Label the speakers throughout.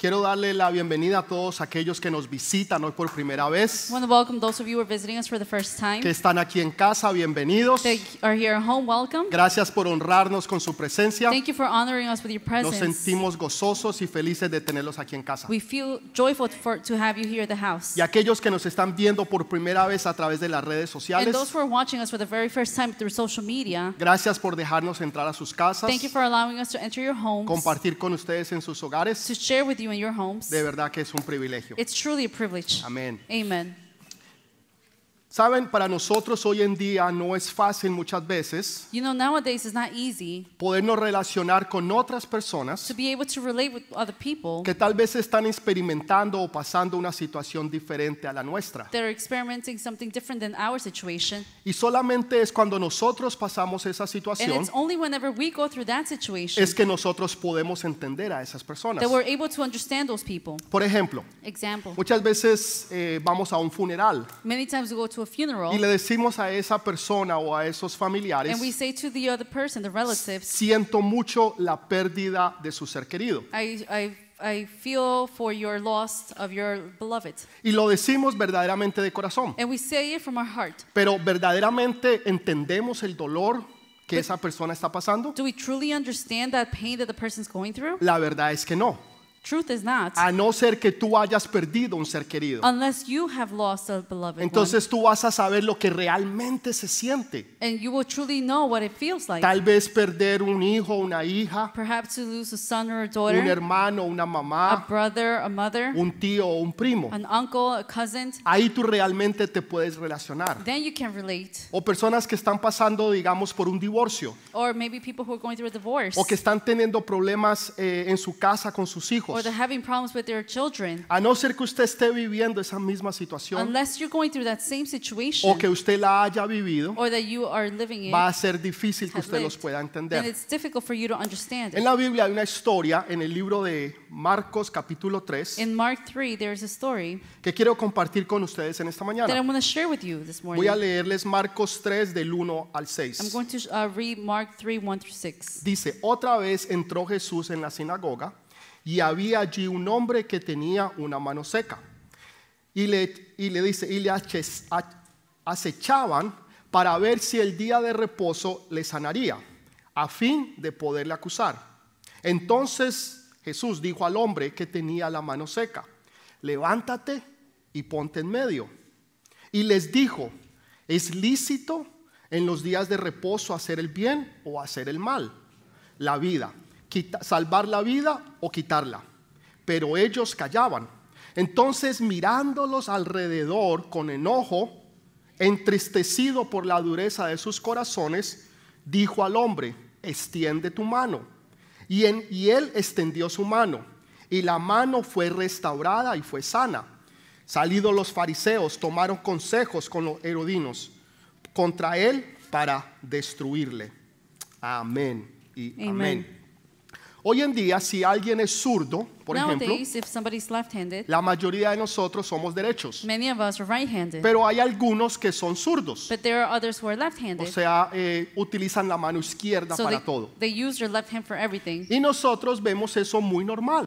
Speaker 1: Quiero darle la bienvenida a todos aquellos que nos visitan hoy por primera vez,
Speaker 2: I want to welcome those of you who are visiting us for the first time.
Speaker 1: que están aquí en casa, bienvenidos.
Speaker 2: They are here at home. Welcome.
Speaker 1: Gracias por honrarnos con su presencia.
Speaker 2: Thank you for honoring us with your
Speaker 1: Nos
Speaker 2: presence.
Speaker 1: sentimos gozosos y felices de tenerlos aquí en casa.
Speaker 2: We feel joyful for, to have you here at the house.
Speaker 1: Y aquellos que nos están viendo por primera vez a través de las redes
Speaker 2: And
Speaker 1: sociales,
Speaker 2: those who are watching us for the very first time through social media,
Speaker 1: gracias por dejarnos entrar a sus casas,
Speaker 2: thank you for allowing us to enter your homes,
Speaker 1: compartir con ustedes en sus
Speaker 2: to
Speaker 1: hogares.
Speaker 2: share with you in your homes.
Speaker 1: De verdad que es un privilegio.
Speaker 2: It's truly a privilege.
Speaker 1: Amén.
Speaker 2: Amen.
Speaker 1: Saben, para nosotros hoy en día no es fácil muchas veces
Speaker 2: You know, nowadays it's not easy
Speaker 1: podernos relacionar con otras personas
Speaker 2: to be able to relate with other people
Speaker 1: que tal vez están experimentando o pasando una situación diferente a la nuestra.
Speaker 2: that are experimenting something different than our situation.
Speaker 1: Y solamente es cuando nosotros pasamos esa
Speaker 2: And
Speaker 1: situación
Speaker 2: it's only whenever we go through that situation
Speaker 1: es que nosotros podemos entender a esas personas.
Speaker 2: that we're able to understand those people.
Speaker 1: Por ejemplo,
Speaker 2: Example.
Speaker 1: muchas veces eh, vamos a un funeral
Speaker 2: Many times we go to a funeral
Speaker 1: y le decimos a esa persona o a esos
Speaker 2: and we
Speaker 1: familiares,
Speaker 2: say to the other person, the relatives,
Speaker 1: siento mucho la pérdida de su ser querido.
Speaker 2: I, I, I feel for your loss of your beloved.
Speaker 1: Y lo decimos verdaderamente de corazón.
Speaker 2: And we say it from our heart.
Speaker 1: Pero verdaderamente entendemos el dolor que esa persona está pasando?
Speaker 2: Do we truly understand that pain that the person's going through?
Speaker 1: La verdad es que no.
Speaker 2: Truth is not,
Speaker 1: A no ser que tú hayas perdido un ser querido.
Speaker 2: unless you have lost a beloved one.
Speaker 1: Entonces tú vas a saber lo que realmente se siente.
Speaker 2: And you will truly know what it feels like.
Speaker 1: Tal vez perder un hijo, una hija,
Speaker 2: Perhaps to lose a son or a
Speaker 1: un
Speaker 2: daughter,
Speaker 1: hermano, una
Speaker 2: a
Speaker 1: mamá,
Speaker 2: brother, a mother,
Speaker 1: un tío o un primo.
Speaker 2: an uncle, a cousin.
Speaker 1: Ahí tú realmente te puedes relacionar.
Speaker 2: Then you can relate.
Speaker 1: O personas que están pasando, digamos, por un divorcio
Speaker 2: Or maybe people who are going through a divorce.
Speaker 1: o que están teniendo problemas eh, en su casa con sus
Speaker 2: or
Speaker 1: hijos.
Speaker 2: they're having problems with their children.
Speaker 1: A no ser que usted esté viviendo esa misma situación
Speaker 2: Unless you're going through that same situation
Speaker 1: o que usted la haya vivido,
Speaker 2: or that you are living it,
Speaker 1: va a ser difícil que
Speaker 2: has
Speaker 1: usted los
Speaker 2: lived,
Speaker 1: pueda
Speaker 2: then
Speaker 1: entender.
Speaker 2: it's difficult for you to understand
Speaker 1: En
Speaker 2: it.
Speaker 1: la Biblia hay una historia, en el libro de Marcos capítulo 3,
Speaker 2: In Mark 3, there's a story
Speaker 1: que quiero compartir con ustedes en esta
Speaker 2: that
Speaker 1: mañana.
Speaker 2: I'm going to share with you this
Speaker 1: Voy a
Speaker 2: morning.
Speaker 1: leerles Marcos 3 del 1 al
Speaker 2: I'm
Speaker 1: 6.
Speaker 2: going to uh, read Mark 3, 1 through 6.
Speaker 1: Dice, otra vez entró Jesús en la sinagoga y había allí un hombre que tenía una mano seca. Y le, y le dice, y le aches- a- acechaban para ver si el día de reposo le sanaría, a fin de poderle acusar. Entonces Jesús dijo al hombre que tenía la mano seca, levántate y ponte en medio. Y les dijo, ¿es lícito en los días de reposo hacer el bien o hacer el mal? La vida, quita- salvar la vida o quitarla. Pero ellos callaban. Entonces mirándolos alrededor con enojo, entristecido por la dureza de sus corazones, dijo al hombre, extiende tu mano. Y, en- y él extendió su mano, y la mano fue restaurada y fue sana. Salidos los fariseos, tomaron consejos con los herodinos contra él para destruirle. Amén y amén.
Speaker 2: Amén.
Speaker 1: Hoy en día, si alguien es zurdo, por ejemplo,
Speaker 2: Nowadays, if somebody's left handed,
Speaker 1: la mayoría de nosotros somos derechos,
Speaker 2: many of us are right handed,
Speaker 1: pero hay algunos que son zurdos,
Speaker 2: but there are others who are left
Speaker 1: o
Speaker 2: handed.
Speaker 1: sea, eh, utilizan la mano izquierda
Speaker 2: so
Speaker 1: para
Speaker 2: they,
Speaker 1: todo.
Speaker 2: they use their left hand for everything,
Speaker 1: Y nosotros vemos eso muy normal.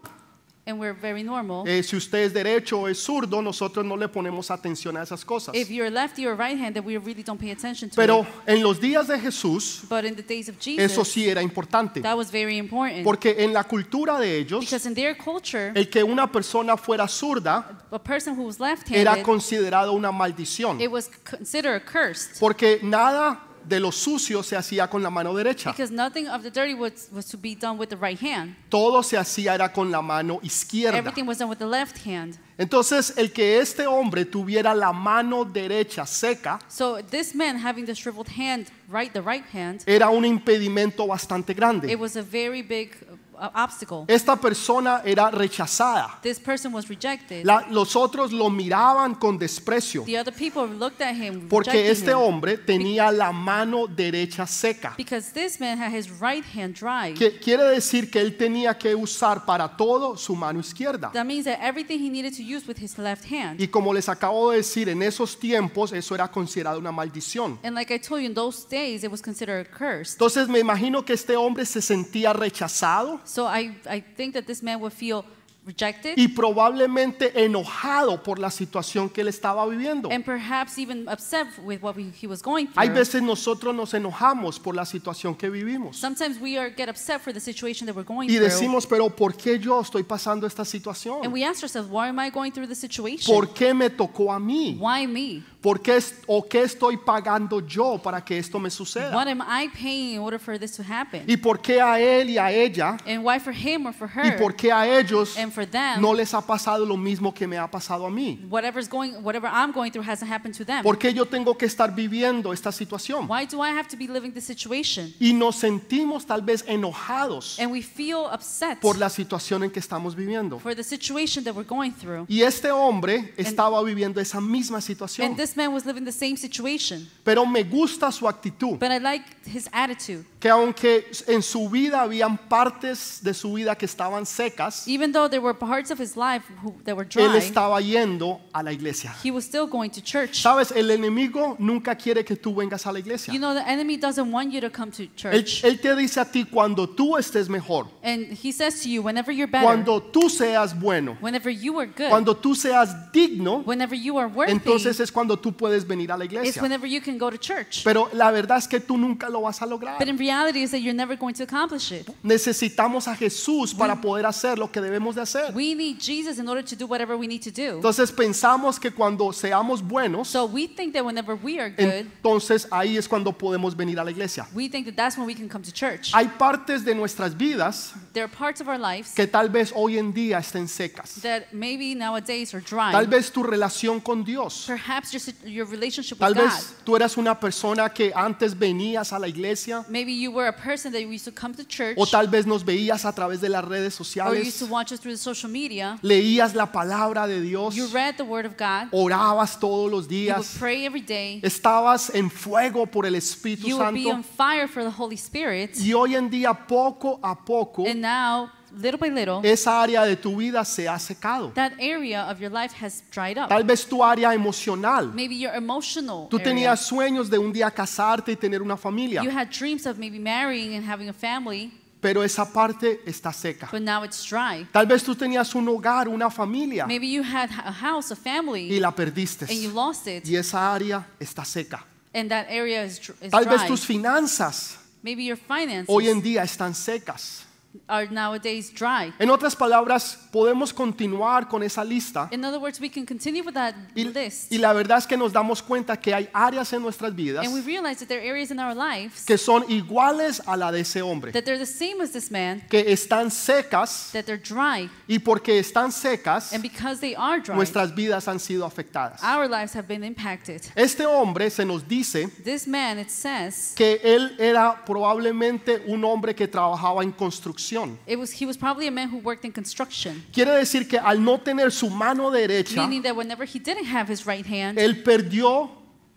Speaker 2: and we're very normal.
Speaker 1: Eh, si usted es derecho o es zurdo, nosotros no le ponemos atención a esas cosas.
Speaker 2: If you're lefty or right handed, we really don't pay attention to
Speaker 1: Pero
Speaker 2: it.
Speaker 1: en los días de Jesús,
Speaker 2: But in the days of Jesus,
Speaker 1: eso sí era importante.
Speaker 2: that was very important.
Speaker 1: Porque en la cultura de ellos,
Speaker 2: Because in their culture,
Speaker 1: el que una persona fuera zurda
Speaker 2: a person who was left
Speaker 1: era
Speaker 2: handed,
Speaker 1: considerado una maldición.
Speaker 2: it was considered cursed.
Speaker 1: Porque nada de lo sucio se hacía con la mano derecha.
Speaker 2: Because nothing of the dirty was, was to be done with the right hand,
Speaker 1: Todo se hacía era con la mano izquierda.
Speaker 2: everything was done with the left hand.
Speaker 1: Entonces, el que este hombre tuviera la mano derecha seca
Speaker 2: So this man having the shriveled hand, right, the right hand,
Speaker 1: era un impedimento bastante grande.
Speaker 2: it was a very big uh, obstacle.
Speaker 1: Esta persona era rechazada.
Speaker 2: This person was rejected.
Speaker 1: La- los otros lo miraban con desprecio
Speaker 2: The other people looked at him,
Speaker 1: porque
Speaker 2: rejected
Speaker 1: este
Speaker 2: him.
Speaker 1: hombre tenía la mano derecha seca.
Speaker 2: because this man had his right hand dry.
Speaker 1: Que quiere decir que él tenía que usar para todo su mano izquierda.
Speaker 2: That means that everything he needed to use with his left hand.
Speaker 1: Y como les acabo de decir, en esos tiempos eso era considerado una maldición.
Speaker 2: And like I told you, in those days, it was considered a curse.
Speaker 1: Entonces me imagino que este hombre se sentía rechazado,
Speaker 2: So I, I think that this man would feel rejected
Speaker 1: y probablemente enojado por la situación que él estaba viviendo.
Speaker 2: and perhaps even upset with what we, he was going
Speaker 1: Hay
Speaker 2: through.
Speaker 1: veces nosotros nos enojamos por la situación que vivimos
Speaker 2: Sometimes we are, get upset for the situation that we're going
Speaker 1: y
Speaker 2: through.
Speaker 1: decimos, pero ¿por qué yo estoy pasando esta
Speaker 2: And
Speaker 1: situación?
Speaker 2: we ask ourselves, why am I going through this situation?
Speaker 1: ¿Por qué me tocó a mí?
Speaker 2: Why me?
Speaker 1: ¿Por qué es- o qué estoy pagando yo para que esto me suceda?
Speaker 2: What am I paying in order for this to happen?
Speaker 1: ¿Y por qué a él y a ella?
Speaker 2: And why for him or for
Speaker 1: ¿Y
Speaker 2: her?
Speaker 1: por qué a ellos
Speaker 2: And for them,
Speaker 1: no les ha pasado lo mismo que me ha pasado a mí?
Speaker 2: whatever's going, whatever I'm going through hasn't happened to them.
Speaker 1: ¿Por qué yo tengo que estar viviendo esta situación?
Speaker 2: Why do I have to be living this situation?
Speaker 1: Y nos sentimos tal vez enojados
Speaker 2: And we feel upset
Speaker 1: por la situación en que estamos viviendo.
Speaker 2: for the situation that we're going through.
Speaker 1: Y este hombre estaba viviendo esa misma situación.
Speaker 2: And this man was living the same situation.
Speaker 1: Pero me gusta su actitud,
Speaker 2: But I like his attitude.
Speaker 1: que aunque en su vida habían partes de su vida que estaban secas,
Speaker 2: Even though there were parts of his life who, that were
Speaker 1: él
Speaker 2: dry,
Speaker 1: estaba yendo a la iglesia.
Speaker 2: he was still going to church.
Speaker 1: Sabes, el enemigo nunca quiere que tú vengas a la iglesia.
Speaker 2: You know, the enemy doesn't want you to come to
Speaker 1: Él,
Speaker 2: church.
Speaker 1: él te dice a ti cuando tú estés mejor,
Speaker 2: And he says to you, whenever you're better,
Speaker 1: cuando tú seas bueno,
Speaker 2: whenever you are good,
Speaker 1: cuando tú seas digno,
Speaker 2: whenever you are worthy,
Speaker 1: entonces es cuando tú puedes venir a la
Speaker 2: it's
Speaker 1: iglesia.
Speaker 2: whenever you can go to church.
Speaker 1: Pero la verdad es que tú nunca lo vas a lograr.
Speaker 2: But in reality, is that you're never going to accomplish it.
Speaker 1: Necesitamos a Jesús para poder hacer lo que debemos de hacer.
Speaker 2: We need Jesus in order to do whatever we need to do.
Speaker 1: Entonces pensamos que cuando seamos buenos,
Speaker 2: So we think that whenever we are good,
Speaker 1: entonces ahí es cuando podemos venir a la iglesia.
Speaker 2: we think that that's when we can come to church.
Speaker 1: Hay partes de nuestras vidas
Speaker 2: There are parts of our lives
Speaker 1: que tal vez hoy en día estén secas.
Speaker 2: that maybe nowadays are
Speaker 1: Tal
Speaker 2: dry.
Speaker 1: vez tu relación con Dios.
Speaker 2: Perhaps your, sit- your relationship
Speaker 1: Tal
Speaker 2: with God.
Speaker 1: vez tú eras una persona que antes venías a la iglesia
Speaker 2: Maybe you were a person that used to come to church
Speaker 1: o tal vez nos veías a través de las redes
Speaker 2: or used to
Speaker 1: sociales,
Speaker 2: watch us through the social media.
Speaker 1: leías la palabra de Dios,
Speaker 2: You read the Word of God.
Speaker 1: orabas todos los
Speaker 2: You would
Speaker 1: días,
Speaker 2: pray every day.
Speaker 1: estabas en fuego por el Espíritu
Speaker 2: You would be on
Speaker 1: Santo
Speaker 2: fire for the Holy Spirit.
Speaker 1: y hoy en día poco a poco
Speaker 2: And now, little by little,
Speaker 1: esa área de tu vida se ha secado.
Speaker 2: that area of your life has dried up.
Speaker 1: Tal vez tu área emocional.
Speaker 2: Maybe your emotional
Speaker 1: Tú
Speaker 2: area.
Speaker 1: tenías sueños de un día casarte y tener una
Speaker 2: You
Speaker 1: familia,
Speaker 2: had dreams of maybe marrying and having a family,
Speaker 1: pero esa parte está seca.
Speaker 2: but now it's dry.
Speaker 1: Tal vez tú tenías un hogar, una familia
Speaker 2: Maybe you had a house, a
Speaker 1: y
Speaker 2: family,
Speaker 1: la perdiste.
Speaker 2: and you lost it,
Speaker 1: Y esa área está seca.
Speaker 2: and that area is, dr- is
Speaker 1: Tal vez
Speaker 2: dry.
Speaker 1: tus finanzas
Speaker 2: Maybe your
Speaker 1: hoy en
Speaker 2: finances
Speaker 1: día están secas.
Speaker 2: are nowadays dry.
Speaker 1: En otras palabras, podemos continuar con esa lista
Speaker 2: In other words, we can continue with that
Speaker 1: y,
Speaker 2: list,
Speaker 1: y la verdad es que nos damos cuenta que hay áreas en nuestras vidas
Speaker 2: and we realize that there are areas in our lives
Speaker 1: que son iguales a la de ese hombre,
Speaker 2: that they're the same as this man,
Speaker 1: que están secas
Speaker 2: that they're dry,
Speaker 1: y porque están secas,
Speaker 2: and because they are dry,
Speaker 1: nuestras vidas han sido afectadas.
Speaker 2: our lives have been impacted.
Speaker 1: Este hombre se nos dice
Speaker 2: This man, it says,
Speaker 1: que él era probablemente un hombre que trabajaba en construcción.
Speaker 2: it was he was probably a man who worked in construction,
Speaker 1: Quiere decir que al no tener su mano derecha,
Speaker 2: meaning that whenever he didn't have his right hand,
Speaker 1: él perdió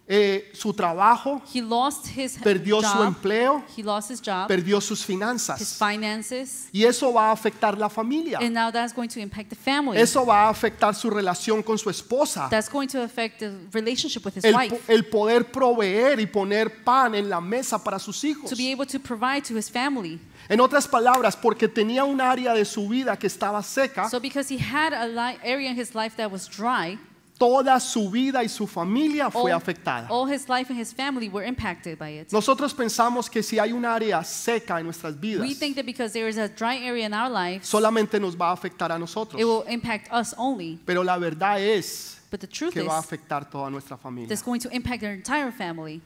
Speaker 1: eh, su trabajo,
Speaker 2: He lost his
Speaker 1: perdió su
Speaker 2: job.
Speaker 1: empleo,
Speaker 2: He lost his job,
Speaker 1: perdió sus
Speaker 2: his
Speaker 1: finanzas.
Speaker 2: finances,
Speaker 1: Y eso va a afectar la familia.
Speaker 2: and now that's going to impact the family.
Speaker 1: Eso va a afectar su relación con su esposa.
Speaker 2: that's going to affect the relationship with his
Speaker 1: El, po-
Speaker 2: wife.
Speaker 1: el poder proveer y poner pan en la mesa para sus hijos.
Speaker 2: To be able to provide to his family.
Speaker 1: En otras palabras, porque tenía un área de su vida que estaba seca,
Speaker 2: So, because he had a li- area in his life that was dry,
Speaker 1: toda su vida y su familia fue
Speaker 2: all,
Speaker 1: afectada.
Speaker 2: all his life and his family were impacted by it.
Speaker 1: Nosotros pensamos que si hay un área seca en nuestras vidas,
Speaker 2: We think that because there is a dry area in our lives,
Speaker 1: solamente nos va a afectar a
Speaker 2: it
Speaker 1: nosotros.
Speaker 2: will impact us only.
Speaker 1: Pero la verdad es
Speaker 2: But the truth
Speaker 1: que va a
Speaker 2: is,
Speaker 1: afectar toda nuestra familia.
Speaker 2: that's going to impact their entire family.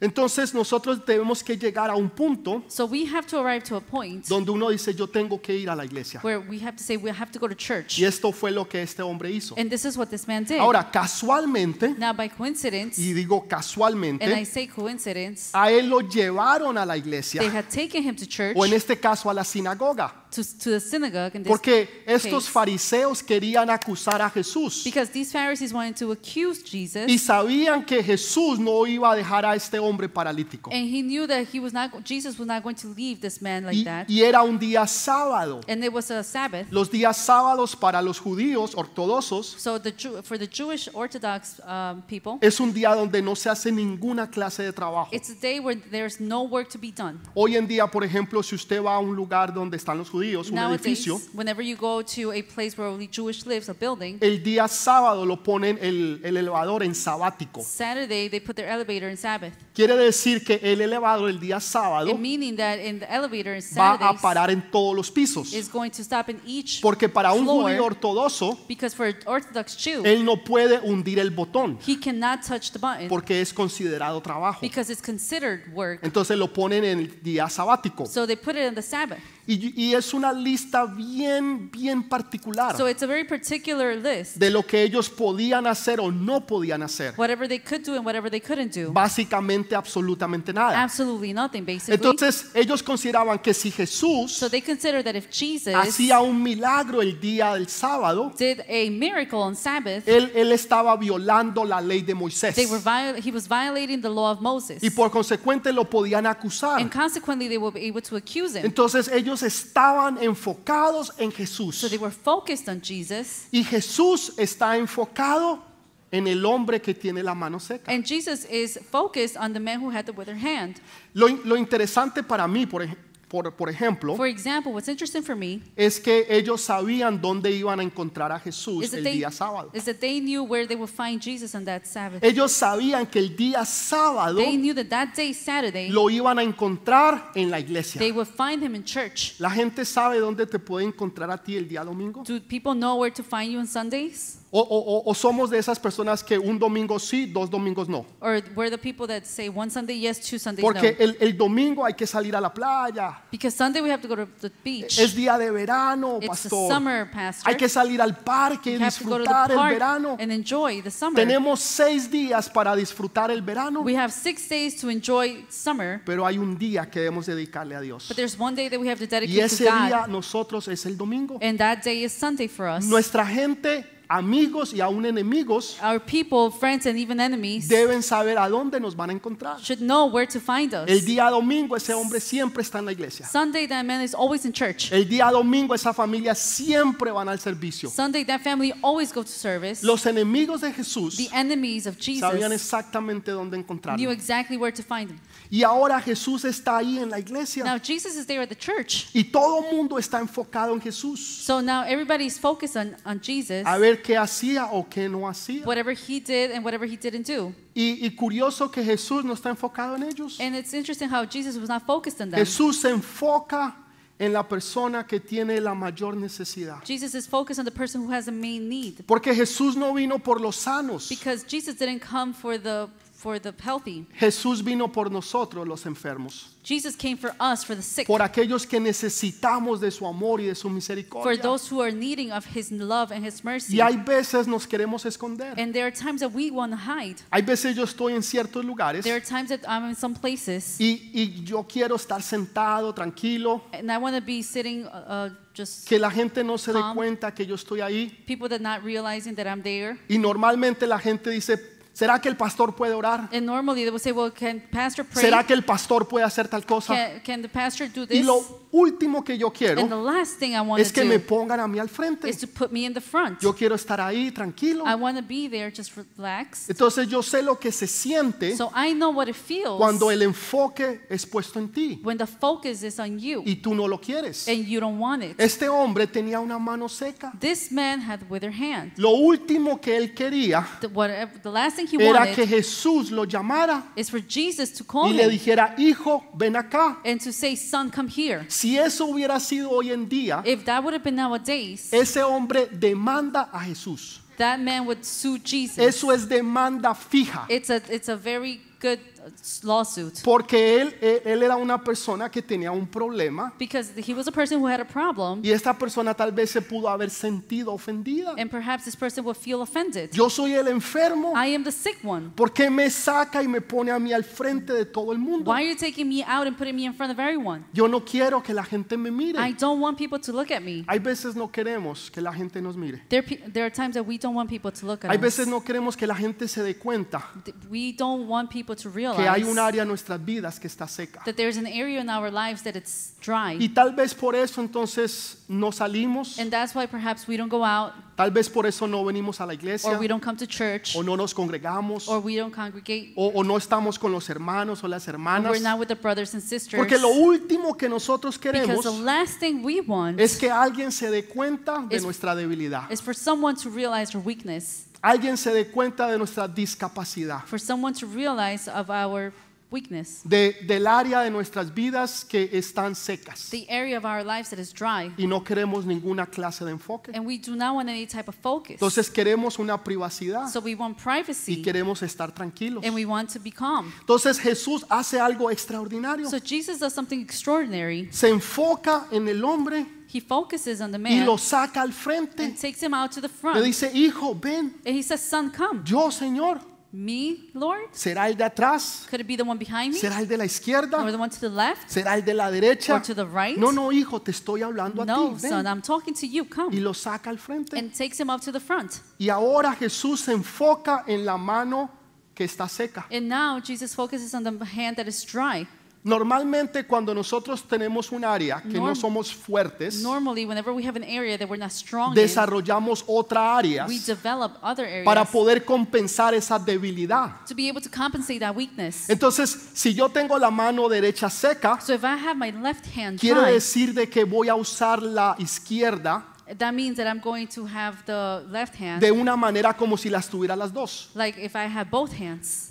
Speaker 1: Entonces nosotros tenemos que llegar a un punto
Speaker 2: So, we have to arrive to a point
Speaker 1: donde uno dice, yo tengo que ir a la iglesia.
Speaker 2: where we have to say we have to go to church.
Speaker 1: Y esto fue lo que este hombre hizo.
Speaker 2: And this is what this man did.
Speaker 1: Ahora, casualmente,
Speaker 2: now, by coincidence,
Speaker 1: y digo
Speaker 2: and I
Speaker 1: casualmente,
Speaker 2: say coincidence,
Speaker 1: a él lo llevaron a la
Speaker 2: they
Speaker 1: iglesia,
Speaker 2: had taken him to church,
Speaker 1: o en este caso a la sinagoga,
Speaker 2: to, to the synagogue, in this,
Speaker 1: porque estos
Speaker 2: case.
Speaker 1: fariseos querían acusar a Jesús
Speaker 2: because these Pharisees wanted to accuse Jesus,
Speaker 1: y sabían que Jesús no iba a dejar a este hombre paralítico.
Speaker 2: and he knew that he was not, Jesus was not going to leave this man like
Speaker 1: Y,
Speaker 2: that.
Speaker 1: y era un día sábado.
Speaker 2: and it was a Sabbath.
Speaker 1: Los días sábados para los judíos ortodoxos
Speaker 2: So the Jew, for the Jewish Orthodox um, people,
Speaker 1: es un día donde no se hace ninguna clase de trabajo.
Speaker 2: it's a day where there's no work to be done.
Speaker 1: Hoy en día, por ejemplo, si usted va a un lugar donde están los judíos, un
Speaker 2: Nowadays,
Speaker 1: edificio,
Speaker 2: whenever you go to a place where only Jewish lives, a building,
Speaker 1: el día sábado lo ponen el, el elevador en sabático.
Speaker 2: Saturday they put their elevator in Sabbath.
Speaker 1: Quiere decir que el elevador el día sábado
Speaker 2: It meaning that in the elevator in
Speaker 1: va a
Speaker 2: Saturdays
Speaker 1: parar en todos los pisos.
Speaker 2: is going to stop in each
Speaker 1: Porque para un
Speaker 2: floor,
Speaker 1: judío ortodoxo,
Speaker 2: because for an Orthodox Jew,
Speaker 1: él no puede hundir el botón
Speaker 2: he cannot touch the button
Speaker 1: porque es considerado trabajo.
Speaker 2: because it's considered work.
Speaker 1: Entonces lo ponen en el día sabático.
Speaker 2: So they put it on the Sabbath.
Speaker 1: Y, y es una lista bien, bien particular
Speaker 2: So it's a very particular list.
Speaker 1: de lo que ellos podían hacer o no podían hacer.
Speaker 2: Whatever they could do and whatever they couldn't do.
Speaker 1: Básicamente, absolutamente nada.
Speaker 2: Absolutely nothing, basically.
Speaker 1: Entonces ellos consideraban que si Jesús
Speaker 2: So they consider that if Jesus
Speaker 1: hacía un milagro el día del sábado,
Speaker 2: did a miracle on Sabbath,
Speaker 1: él, él estaba violando la ley de Moisés.
Speaker 2: they were viol- he was violating the law of Moses.
Speaker 1: Y por consecuente lo podían acusar.
Speaker 2: And consequently, they will be able to accuse him.
Speaker 1: Entonces ellos estaban enfocados en
Speaker 2: So
Speaker 1: Jesús.
Speaker 2: they were focused on Jesus,
Speaker 1: Y Jesús está enfocado en el hombre que tiene la mano seca.
Speaker 2: and Jesus is focused on the man who had the withered hand.
Speaker 1: Lo, lo interesante para mí, por, ej- por- por ejemplo,
Speaker 2: For example, what's interesting for me
Speaker 1: es que ellos sabían dónde iban a encontrar a
Speaker 2: is
Speaker 1: Jesús
Speaker 2: that
Speaker 1: el
Speaker 2: they,
Speaker 1: día sábado.
Speaker 2: is that they knew where they would find Jesus on that Sabbath.
Speaker 1: Ellos sabían que el día sábado
Speaker 2: They knew that that day, Saturday,
Speaker 1: lo iban a encontrar en la iglesia.
Speaker 2: they would find him in church.
Speaker 1: ¿La gente sabe dónde te puede encontrar a ti el día domingo?
Speaker 2: Do people know where to find you on Sundays?
Speaker 1: ¿O, o- o- o somos de esas personas que un domingo sí, dos domingos no?
Speaker 2: Or were the people that say one Sunday yes, two Sundays
Speaker 1: Porque
Speaker 2: no?
Speaker 1: el, el domingo hay que salir a la playa.
Speaker 2: Because Sunday we have to go to the beach.
Speaker 1: Es día de verano,
Speaker 2: It's the
Speaker 1: pastor.
Speaker 2: summer, Pastor.
Speaker 1: Hay que salir al parque,
Speaker 2: You have to go to the
Speaker 1: disfrutar el verano.
Speaker 2: park and enjoy the summer.
Speaker 1: Tenemos seis días para disfrutar el verano,
Speaker 2: We have six days to enjoy summer,
Speaker 1: pero hay un día que debemos dedicarle a Dios.
Speaker 2: but there's one day that we have to
Speaker 1: Y
Speaker 2: dedicate
Speaker 1: ese
Speaker 2: to God,
Speaker 1: día nosotros es el domingo.
Speaker 2: and that day is Sunday for us.
Speaker 1: Nuestra gente, amigos y aún enemigos,
Speaker 2: Our people, friends, and even enemies
Speaker 1: deben saber a dónde nos van a encontrar.
Speaker 2: should know where to find us.
Speaker 1: El día domingo ese hombre siempre está en la iglesia.
Speaker 2: Sunday, that man is always in church.
Speaker 1: El día domingo esa familia siempre van al servicio.
Speaker 2: Sunday, that family always go to service.
Speaker 1: Los enemigos de Jesús
Speaker 2: The enemies of
Speaker 1: sabían
Speaker 2: Jesus
Speaker 1: exactamente dónde
Speaker 2: knew
Speaker 1: encontrarlo.
Speaker 2: exactly where to find them.
Speaker 1: Y ahora Jesús está ahí en la iglesia
Speaker 2: Now Jesus is there at the church,
Speaker 1: y todo el mundo está enfocado en Jesús.
Speaker 2: so now everybody's focused on, on Jesus,
Speaker 1: A ver qué hacía o qué no hacía.
Speaker 2: whatever he did and whatever he didn't do.
Speaker 1: Y, y curioso que Jesús no está enfocado en ellos.
Speaker 2: And it's interesting how Jesus was not focused on them.
Speaker 1: Jesús se enfoca en la persona que tiene la mayor necesidad.
Speaker 2: Jesus is focused on the person who has a main need
Speaker 1: Porque Jesús no vino por los sanos.
Speaker 2: because Jesus didn't come for the for the healthy.
Speaker 1: Jesús vino por nosotros los enfermos,
Speaker 2: Jesus came for us, for the sick,
Speaker 1: por aquellos que necesitamos de su amor y de su
Speaker 2: for
Speaker 1: misericordia.
Speaker 2: those who are needing of his love and his mercy.
Speaker 1: Y hay veces nos queremos esconder.
Speaker 2: And there are times that we want to hide.
Speaker 1: Hay veces yo estoy en ciertos lugares
Speaker 2: There are times that I'm in some places
Speaker 1: y, y yo quiero estar sentado, tranquilo,
Speaker 2: and I want to be sitting uh, uh, just
Speaker 1: que la gente no se dé
Speaker 2: Calm.
Speaker 1: cuenta que yo estoy ahí.
Speaker 2: people that not realizing that I'm there.
Speaker 1: Y normalmente la gente dice, ¿será que el pastor puede orar?
Speaker 2: And normally they will say, "Well, can pastor pray?
Speaker 1: ¿Será que el pastor puede hacer tal cosa?
Speaker 2: Can, can the pastor do
Speaker 1: Y
Speaker 2: this?"
Speaker 1: lo último que yo
Speaker 2: And the
Speaker 1: quiero
Speaker 2: last thing I want
Speaker 1: es
Speaker 2: to
Speaker 1: que me
Speaker 2: do
Speaker 1: pongan a mí al frente.
Speaker 2: is to put me in the front.
Speaker 1: Yo quiero estar ahí, tranquilo.
Speaker 2: I want to be there, just relax.
Speaker 1: Entonces yo sé lo que se siente
Speaker 2: So I know what it feels
Speaker 1: cuando el enfoque es puesto en ti
Speaker 2: when the focus is on you
Speaker 1: y tú no lo quieres.
Speaker 2: and you don't want it.
Speaker 1: Este hombre tenía una mano seca.
Speaker 2: This man had withered hand.
Speaker 1: Lo último que él quería
Speaker 2: The, whatever, the last thing he
Speaker 1: era que
Speaker 2: wanted
Speaker 1: Jesús lo llamara
Speaker 2: is for Jesus to call
Speaker 1: y le
Speaker 2: him
Speaker 1: dijera, hijo, ven acá.
Speaker 2: and to say, "Son, come here."
Speaker 1: Si eso hubiera sido hoy en día,
Speaker 2: If that would have been nowadays,
Speaker 1: ese hombre demanda a Jesús.
Speaker 2: that man would sue Jesus.
Speaker 1: Eso es demanda fija.
Speaker 2: It's a it's a very good uh, lawsuit
Speaker 1: Porque él, él- él era una persona que tenía un problema
Speaker 2: because he was a person who had a problem,
Speaker 1: y esta persona tal vez se pudo haber sentido ofendida.
Speaker 2: and perhaps this person would feel offended.
Speaker 1: Yo soy el enfermo.
Speaker 2: I am the sick one.
Speaker 1: ¿Por qué me saca y me pone a mí al frente de todo el mundo?
Speaker 2: Why are you taking me out and putting me in front of everyone?
Speaker 1: Yo no quiero que la gente me
Speaker 2: I
Speaker 1: mire.
Speaker 2: don't want people to look at me.
Speaker 1: Hay veces no queremos que la gente nos mire.
Speaker 2: There, pe- there are times that we don't want people to look at
Speaker 1: Hay
Speaker 2: us.
Speaker 1: veces no queremos que la gente se dé cuenta
Speaker 2: Th- We don't want people to
Speaker 1: que hay
Speaker 2: realize
Speaker 1: un área en nuestras vidas que está seca.
Speaker 2: that there's an area in our lives that it's
Speaker 1: Y
Speaker 2: dry.
Speaker 1: tal vez por eso entonces no salimos,
Speaker 2: And that's why perhaps we don't go out
Speaker 1: tal vez por eso no venimos a la
Speaker 2: or
Speaker 1: iglesia,
Speaker 2: we don't come to church
Speaker 1: o no nos congregamos,
Speaker 2: or
Speaker 1: o,
Speaker 2: we don't congregate.
Speaker 1: o no estamos con los hermanos o las hermanas.
Speaker 2: We're not with the brothers and sisters.
Speaker 1: Porque lo último que nosotros
Speaker 2: Because
Speaker 1: queremos
Speaker 2: the last thing we want
Speaker 1: es que alguien se dé cuenta de
Speaker 2: Es-
Speaker 1: nuestra debilidad,
Speaker 2: is for someone to realize our weakness,
Speaker 1: alguien se dé cuenta de nuestra discapacidad,
Speaker 2: for someone to realize of our weakness,
Speaker 1: de, del área de nuestras vidas que están secas.
Speaker 2: the area of our lives that is dry.
Speaker 1: Y no queremos ninguna clase de enfoque.
Speaker 2: And we do not want any type of focus.
Speaker 1: Entonces queremos una privacidad
Speaker 2: so we want
Speaker 1: y
Speaker 2: privacy
Speaker 1: queremos estar tranquilos.
Speaker 2: and we want to be calm.
Speaker 1: Entonces Jesús hace algo extraordinario.
Speaker 2: So Jesus does something extraordinary.
Speaker 1: Se enfoca en el hombre
Speaker 2: He focuses on the
Speaker 1: y
Speaker 2: man
Speaker 1: lo saca al frente.
Speaker 2: and takes him out to the
Speaker 1: Le
Speaker 2: front.
Speaker 1: dice, hijo, ven,
Speaker 2: and he says, Son, come.
Speaker 1: yo Señor.
Speaker 2: Me, Lord?
Speaker 1: ¿Será el de atrás?
Speaker 2: Could it be the one behind me?
Speaker 1: ¿Será el de la
Speaker 2: Or
Speaker 1: izquierda?
Speaker 2: the one to the left?
Speaker 1: ¿Será el de la derecha?
Speaker 2: Or to the right?
Speaker 1: No, no, hijo, te estoy hablando a
Speaker 2: No,
Speaker 1: ti. ven.
Speaker 2: son, I'm talking to you.
Speaker 1: Y
Speaker 2: Come.
Speaker 1: lo saca al frente.
Speaker 2: And takes him up to the front.
Speaker 1: Y ahora Jesús se enfoca en la mano que está seca.
Speaker 2: And now Jesus focuses on the hand that is dry.
Speaker 1: Normalmente cuando nosotros tenemos un área que no
Speaker 2: Norm-
Speaker 1: somos fuertes,
Speaker 2: Normally, whenever we have an area that we're not strong in,
Speaker 1: desarrollamos otra área
Speaker 2: we develop other areas
Speaker 1: para poder compensar esa debilidad.
Speaker 2: to be able to compensate that weakness.
Speaker 1: Entonces, si yo tengo la mano derecha seca,
Speaker 2: So if I have my left hand
Speaker 1: quiero
Speaker 2: dry,
Speaker 1: decir de que voy a usar la izquierda
Speaker 2: that means that I'm going to have the left hand
Speaker 1: de una manera como si las tuviera las dos.
Speaker 2: like if I have both hands.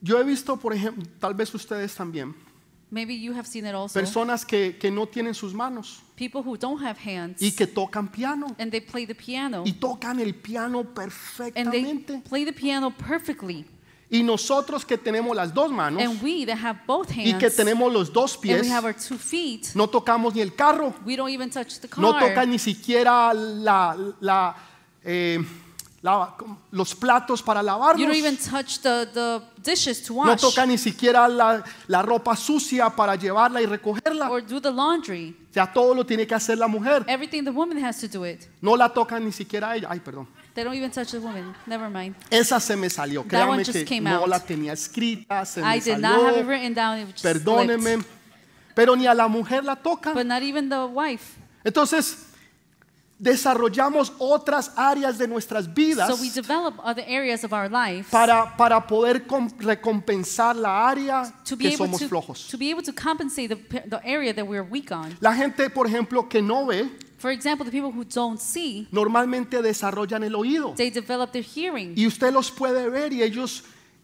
Speaker 1: Yo he visto, por ejemplo, tal vez ustedes también,
Speaker 2: Maybe you have seen it also.
Speaker 1: personas que, que no tienen sus manos
Speaker 2: People who don't have hands
Speaker 1: y que tocan piano
Speaker 2: and they play the piano
Speaker 1: y tocan el piano
Speaker 2: and they
Speaker 1: perfectamente.
Speaker 2: play the piano perfectly.
Speaker 1: Y nosotros que tenemos las dos manos
Speaker 2: And we that have both
Speaker 1: y
Speaker 2: hands
Speaker 1: que tenemos los dos
Speaker 2: and we
Speaker 1: pies,
Speaker 2: have our two feet,
Speaker 1: no tocamos ni el carro.
Speaker 2: we don't even touch the car.
Speaker 1: no toca ni siquiera la, la, eh, la- los platos para lavarlos,
Speaker 2: you don't even touch the, the dishes to
Speaker 1: no
Speaker 2: wash
Speaker 1: toca ni siquiera la, la ropa sucia para llevarla y recogerla.
Speaker 2: or do the laundry.
Speaker 1: ya todo lo tiene que hacer la mujer.
Speaker 2: Everything the woman has to do it.
Speaker 1: No la toca ni siquiera ella. Ay, perdón.
Speaker 2: They don't even touch the woman. Never mind.
Speaker 1: Esa se me salió.
Speaker 2: That
Speaker 1: Créame
Speaker 2: one just
Speaker 1: que
Speaker 2: came
Speaker 1: no
Speaker 2: out.
Speaker 1: la tenía escrita, se
Speaker 2: I
Speaker 1: me
Speaker 2: did not have it
Speaker 1: salió.
Speaker 2: written down. It just slipped.
Speaker 1: Perdóneme. Pero ni a la mujer la toca.
Speaker 2: But not even the wife.
Speaker 1: Entonces, desarrollamos otras áreas de nuestras vidas.
Speaker 2: So we develop other areas of our life
Speaker 1: para, para poder com- recompensar la área
Speaker 2: to be
Speaker 1: que
Speaker 2: able
Speaker 1: somos
Speaker 2: to,
Speaker 1: flojos.
Speaker 2: to be able to compensate the, pe- the area that we're weak on.
Speaker 1: La gente, por ejemplo, que no ve,
Speaker 2: For example, the people who don't see,
Speaker 1: normalmente desarrollan el oído.
Speaker 2: they develop their hearing.
Speaker 1: Y usted los puede ver y ellos,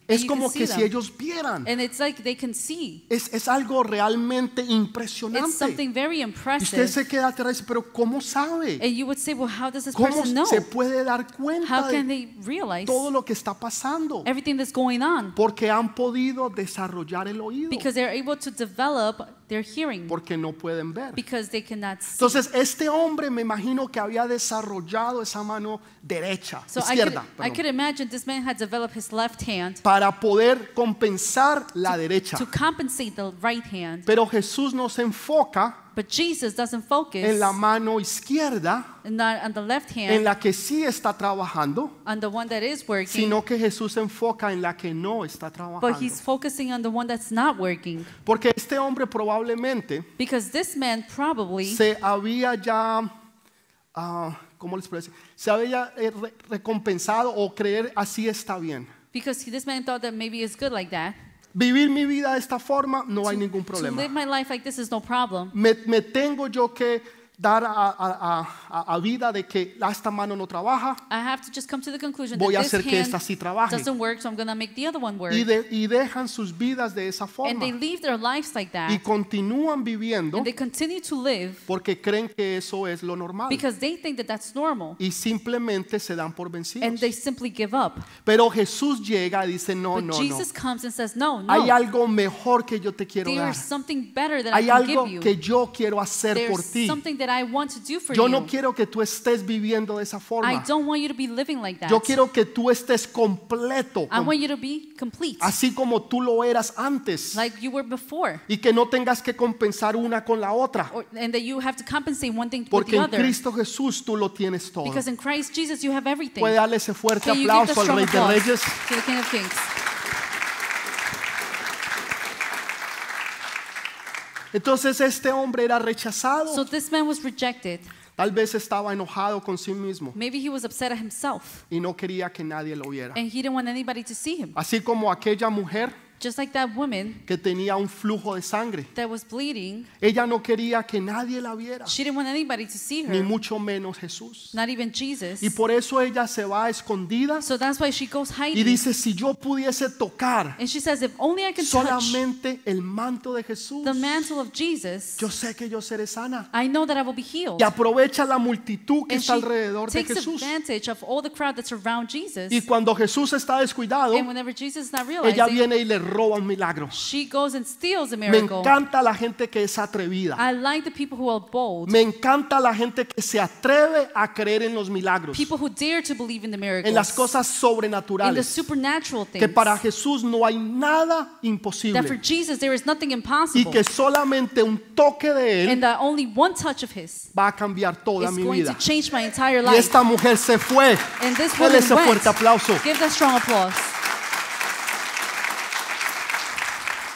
Speaker 1: es
Speaker 2: you
Speaker 1: como
Speaker 2: can
Speaker 1: que
Speaker 2: see
Speaker 1: si
Speaker 2: them. Eh,
Speaker 1: ellos vieran.
Speaker 2: And it's like they can see.
Speaker 1: Es, es algo realmente
Speaker 2: It's
Speaker 1: impresionante.
Speaker 2: something very
Speaker 1: Y usted
Speaker 2: impressive.
Speaker 1: se queda atrás, pero ¿cómo sabe?
Speaker 2: And you would say, well, how does this
Speaker 1: ¿Cómo
Speaker 2: person know?
Speaker 1: se puede dar
Speaker 2: How
Speaker 1: cuenta
Speaker 2: can
Speaker 1: de
Speaker 2: they realize
Speaker 1: todo lo que está pasando?
Speaker 2: everything that's going on?
Speaker 1: Porque han podido desarrollar el oído,
Speaker 2: Because they're able to develop their hearing.
Speaker 1: porque no pueden ver.
Speaker 2: Because they cannot see.
Speaker 1: Entonces, este hombre me imagino que había desarrollado esa mano derecha,
Speaker 2: So I could,
Speaker 1: izquierda,
Speaker 2: I
Speaker 1: perdón,
Speaker 2: could imagine this man had developed his left hand
Speaker 1: para poder compensar la derecha.
Speaker 2: to compensate the right hand.
Speaker 1: Pero Jesús nos enfoca
Speaker 2: But Jesus doesn't focus
Speaker 1: en la mano izquierda,
Speaker 2: not on the left
Speaker 1: en
Speaker 2: hand,
Speaker 1: la que sí está trabajando,
Speaker 2: on the one that is working,
Speaker 1: sino que Jesús se enfoca en la que no está
Speaker 2: but
Speaker 1: trabajando.
Speaker 2: he's focusing on the one that's not working.
Speaker 1: Porque este hombre probablemente
Speaker 2: Because this man probably
Speaker 1: se había ya, ah, ¿cómo les parece? Se había eh, re- recompensado o creer así está bien.
Speaker 2: Because he- this man thought that maybe it's good like that.
Speaker 1: Vivir mi vida de esta forma no hay ningún
Speaker 2: To
Speaker 1: problema.
Speaker 2: live my life like this is no problem.
Speaker 1: me, me tengo yo que dar a, a- a- a- a vida de que la- esta mano no trabaja
Speaker 2: I have to just come to the conclusion
Speaker 1: Voy a
Speaker 2: that this
Speaker 1: hacer que
Speaker 2: hand
Speaker 1: esta sí trabaje.
Speaker 2: doesn't work, so I'm going to make the other one work.
Speaker 1: y, de- y dejan sus vidas de esa
Speaker 2: and
Speaker 1: forma
Speaker 2: they live their lives like
Speaker 1: y
Speaker 2: that.
Speaker 1: continúan viviendo
Speaker 2: And they continue to live
Speaker 1: porque creen que eso es lo normal
Speaker 2: because they think that that's normal.
Speaker 1: y simplemente se dan por
Speaker 2: And
Speaker 1: vencidos.
Speaker 2: they simply give up.
Speaker 1: Pero Jesús llega y dice, no,
Speaker 2: But
Speaker 1: no, no,
Speaker 2: Jesus comes and says, no, no.
Speaker 1: hay algo mejor que yo te quiero dar,
Speaker 2: There's something better that I
Speaker 1: hay
Speaker 2: can
Speaker 1: algo
Speaker 2: give you.
Speaker 1: que yo quiero hacer por
Speaker 2: There's
Speaker 1: ti.
Speaker 2: something that I want to do for
Speaker 1: Yo
Speaker 2: you.
Speaker 1: no quiero que tú estés viviendo de esa
Speaker 2: I
Speaker 1: forma,
Speaker 2: don't want you to be living like that.
Speaker 1: yo quiero que tú estés completo,
Speaker 2: I want you to be complete,
Speaker 1: así como tú lo eras antes
Speaker 2: like you were before,
Speaker 1: y que no tengas que compensar una con la otra,
Speaker 2: or, and that you have to compensate one thing with
Speaker 1: porque
Speaker 2: the
Speaker 1: en
Speaker 2: other.
Speaker 1: Cristo Jesús tú lo tienes todo.
Speaker 2: Because in Christ Jesus, you have everything.
Speaker 1: Puede darle ese fuerte
Speaker 2: Can you give the
Speaker 1: aplauso al
Speaker 2: strong
Speaker 1: Rey de
Speaker 2: applause
Speaker 1: Reyes.
Speaker 2: to the King of Kings?
Speaker 1: Entonces este hombre era rechazado.
Speaker 2: So this man was rejected.
Speaker 1: Tal vez estaba enojado con sí mismo
Speaker 2: Maybe he was upset at himself
Speaker 1: y no quería que nadie lo viera.
Speaker 2: and he didn't want anybody to see him.
Speaker 1: Así como aquella mujer
Speaker 2: Just like that woman
Speaker 1: que tenía un flujo de sangre.
Speaker 2: that was bleeding,
Speaker 1: Ella no quería que nadie la viera,
Speaker 2: she didn't want anybody to see
Speaker 1: ni
Speaker 2: her,
Speaker 1: mucho menos Jesús.
Speaker 2: not even Jesus.
Speaker 1: Y por eso ella se va a escondidas
Speaker 2: So that's why she goes
Speaker 1: y
Speaker 2: hiding.
Speaker 1: dice, si yo pudiese tocar
Speaker 2: And she says, if only I can touch
Speaker 1: solamente el manto de Jesús,
Speaker 2: the mantle of Jesus,
Speaker 1: yo sé que yo seré sana.
Speaker 2: I know that I will be healed.
Speaker 1: Y aprovecha la multitud que
Speaker 2: And
Speaker 1: está
Speaker 2: she
Speaker 1: alrededor de
Speaker 2: takes
Speaker 1: Jesús.
Speaker 2: advantage of all the crowd that's around Jesus.
Speaker 1: Y cuando Jesús está descuidado,
Speaker 2: And whenever Jesus is not
Speaker 1: ella
Speaker 2: realizing,
Speaker 1: viene y le roba un milagro.
Speaker 2: she goes and steals a
Speaker 1: Me
Speaker 2: miracle.
Speaker 1: encanta la gente que es atrevida.
Speaker 2: I like the people who are bold,
Speaker 1: Me encanta la gente que se atreve a creer en los milagros,
Speaker 2: people who dare to believe in the
Speaker 1: en las
Speaker 2: miracles,
Speaker 1: cosas
Speaker 2: in the
Speaker 1: sobrenaturales.
Speaker 2: supernatural things.
Speaker 1: que para Jesús no hay nada
Speaker 2: That for
Speaker 1: imposible
Speaker 2: Jesus there is nothing
Speaker 1: y
Speaker 2: impossible,
Speaker 1: que solamente un toque de él
Speaker 2: and that only one touch of His
Speaker 1: va a cambiar toda
Speaker 2: is
Speaker 1: mi
Speaker 2: going to
Speaker 1: vida.
Speaker 2: change my entire
Speaker 1: Y
Speaker 2: life.
Speaker 1: esta mujer se fue.
Speaker 2: And this
Speaker 1: Dale
Speaker 2: woman
Speaker 1: ese
Speaker 2: went.
Speaker 1: fuerte aplauso.
Speaker 2: Give that strong applause.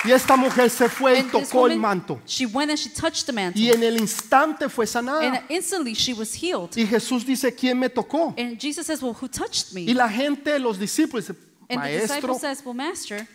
Speaker 1: Y esta mujer se fue y
Speaker 2: And this
Speaker 1: tocó el
Speaker 2: woman,
Speaker 1: manto.
Speaker 2: she went and she touched the mantle,
Speaker 1: Y en el instante fue
Speaker 2: and
Speaker 1: sanada.
Speaker 2: instantly she was healed.
Speaker 1: Y Jesús dice, ¿quién me tocó?
Speaker 2: And Jesus says, "Well, who touched
Speaker 1: Y
Speaker 2: me?"
Speaker 1: la gente, los discípulos, dice,
Speaker 2: And the disciple
Speaker 1: maestro,
Speaker 2: says, "Well, Master,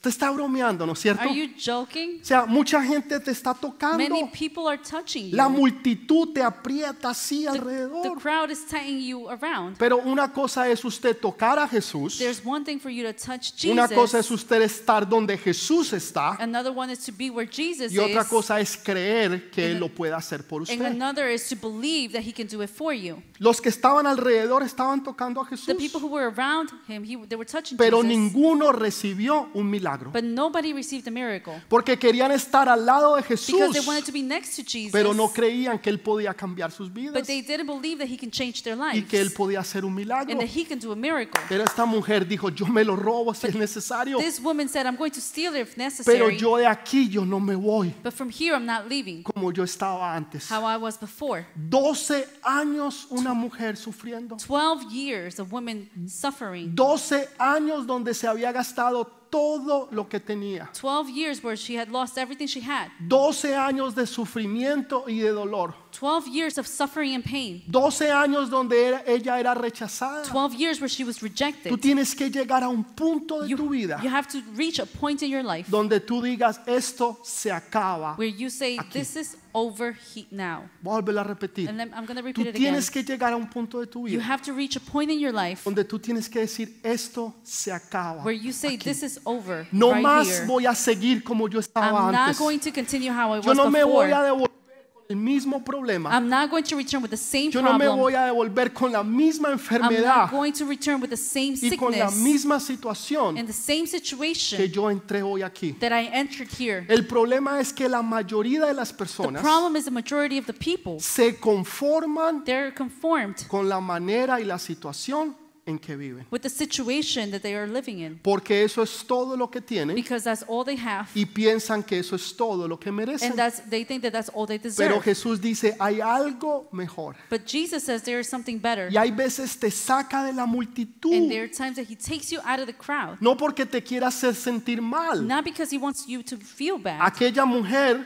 Speaker 1: te está bromeando, ¿no es cierto?
Speaker 2: are
Speaker 1: O
Speaker 2: you joking?
Speaker 1: sea, mucha gente te está
Speaker 2: Many
Speaker 1: tocando.
Speaker 2: people are touching you.
Speaker 1: La multitud te aprieta así
Speaker 2: The
Speaker 1: alrededor.
Speaker 2: crowd is tying you around.
Speaker 1: Pero una cosa es usted tocar a Jesús.
Speaker 2: There's one thing for you to touch
Speaker 1: Una cosa es
Speaker 2: Jesus.
Speaker 1: usted estar donde Jesús está
Speaker 2: Another one is to be where Jesus
Speaker 1: y otra
Speaker 2: is.
Speaker 1: cosa es creer que Él lo puede hacer por
Speaker 2: And
Speaker 1: usted.
Speaker 2: another is to believe that he can do it for you.
Speaker 1: Los que estaban alrededor estaban tocando a
Speaker 2: The people
Speaker 1: Jesús,
Speaker 2: who were around him, he, they were touching
Speaker 1: pero
Speaker 2: Jesus.
Speaker 1: ninguno recibió un milagro
Speaker 2: But nobody received a miracle.
Speaker 1: porque querían estar al lado de
Speaker 2: Because
Speaker 1: Jesús,
Speaker 2: they wanted to be next to Jesus.
Speaker 1: pero no creían que Él podía cambiar sus vidas
Speaker 2: but they didn't believe that he can change their
Speaker 1: y
Speaker 2: lives.
Speaker 1: que Él podía hacer un milagro.
Speaker 2: and that he can do a miracle.
Speaker 1: Pero esta mujer dijo, yo me lo robo si es necesario,
Speaker 2: This woman said, I'm going to steal it if
Speaker 1: pero
Speaker 2: necessary.
Speaker 1: yo de aquí yo no me voy
Speaker 2: but from here, I'm not leaving.
Speaker 1: como yo estaba antes.
Speaker 2: How I was before.
Speaker 1: 12 años una mujer sufriendo.
Speaker 2: 12 years of women suffering.
Speaker 1: 12 años donde se había gastado todo lo que tenía.
Speaker 2: 12 years where she had lost everything she had.
Speaker 1: 12 años de sufrimiento y de dolor.
Speaker 2: 12 years of suffering and pain.
Speaker 1: 12 años donde era- ella era rechazada.
Speaker 2: 12 years where she was
Speaker 1: Tú
Speaker 2: rejected.
Speaker 1: tienes que llegar a un punto de
Speaker 2: You,
Speaker 1: tu vida
Speaker 2: you have to reach a point in your life
Speaker 1: donde tú digas, esto se acaba.
Speaker 2: where you say,
Speaker 1: Aquí.
Speaker 2: This is over he- now.
Speaker 1: Voy a volver a
Speaker 2: And
Speaker 1: repetir.
Speaker 2: then I'm going to
Speaker 1: Tú
Speaker 2: repeat it again.
Speaker 1: tienes que llegar a un punto de tu
Speaker 2: You
Speaker 1: vida
Speaker 2: have to reach a point in your life
Speaker 1: donde tú tienes que decir, esto se acaba.
Speaker 2: where you say, This is over
Speaker 1: No
Speaker 2: right
Speaker 1: más
Speaker 2: here.
Speaker 1: voy a seguir como yo estaba
Speaker 2: I'm not
Speaker 1: antes.
Speaker 2: going to continue how I
Speaker 1: Yo
Speaker 2: was
Speaker 1: no me voy a
Speaker 2: before.
Speaker 1: devolver con el mismo problema.
Speaker 2: I'm not going to return with the same
Speaker 1: Yo no me
Speaker 2: problem.
Speaker 1: voy a devolver con la misma
Speaker 2: I'm not
Speaker 1: enfermedad
Speaker 2: going to return with the same
Speaker 1: y con la
Speaker 2: sickness
Speaker 1: misma situación
Speaker 2: and the same
Speaker 1: que
Speaker 2: situation
Speaker 1: yo entré hoy aquí.
Speaker 2: that I entered here.
Speaker 1: El problema es que la mayoría de las
Speaker 2: The
Speaker 1: personas
Speaker 2: problem is the majority of the people.
Speaker 1: se conforman
Speaker 2: They're conformed
Speaker 1: con la manera y la situación en que viven,
Speaker 2: with the situation that they are living in
Speaker 1: porque eso es todo lo que tienen
Speaker 2: because that's all they have
Speaker 1: y piensan que eso es todo lo que merecen.
Speaker 2: and that's they think that that's all they
Speaker 1: Pero
Speaker 2: deserve.
Speaker 1: Jesús dice, hay algo mejor.
Speaker 2: But Jesus says there is something better.
Speaker 1: Y hay veces te saca de la multitud,
Speaker 2: And there are times that he takes you out of the crowd,
Speaker 1: no porque te quiera hacer sentir mal.
Speaker 2: not because he wants you to feel bad.
Speaker 1: Aquella mujer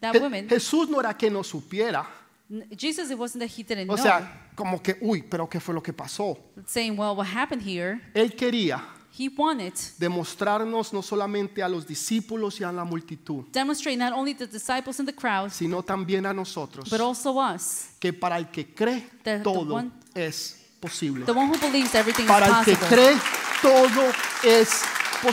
Speaker 2: That
Speaker 1: Je-
Speaker 2: woman,
Speaker 1: Jesús no era que no supiera.
Speaker 2: n- Jesus, it wasn't that he didn't
Speaker 1: O
Speaker 2: know,
Speaker 1: sea, como que, uy, pero ¿qué fue lo que pasó?
Speaker 2: saying, "Well, what happened here?"
Speaker 1: Él quería
Speaker 2: He wanted
Speaker 1: demostrarnos no solamente a los discípulos y a la multitud,
Speaker 2: demonstrate not only the disciples in the crowd,
Speaker 1: sino también a nosotros,
Speaker 2: but also us,
Speaker 1: que para el que cree
Speaker 2: The- the
Speaker 1: todo
Speaker 2: one-
Speaker 1: es posible.
Speaker 2: the one who believes everything is
Speaker 1: Para el que
Speaker 2: possible.
Speaker 1: cree todo es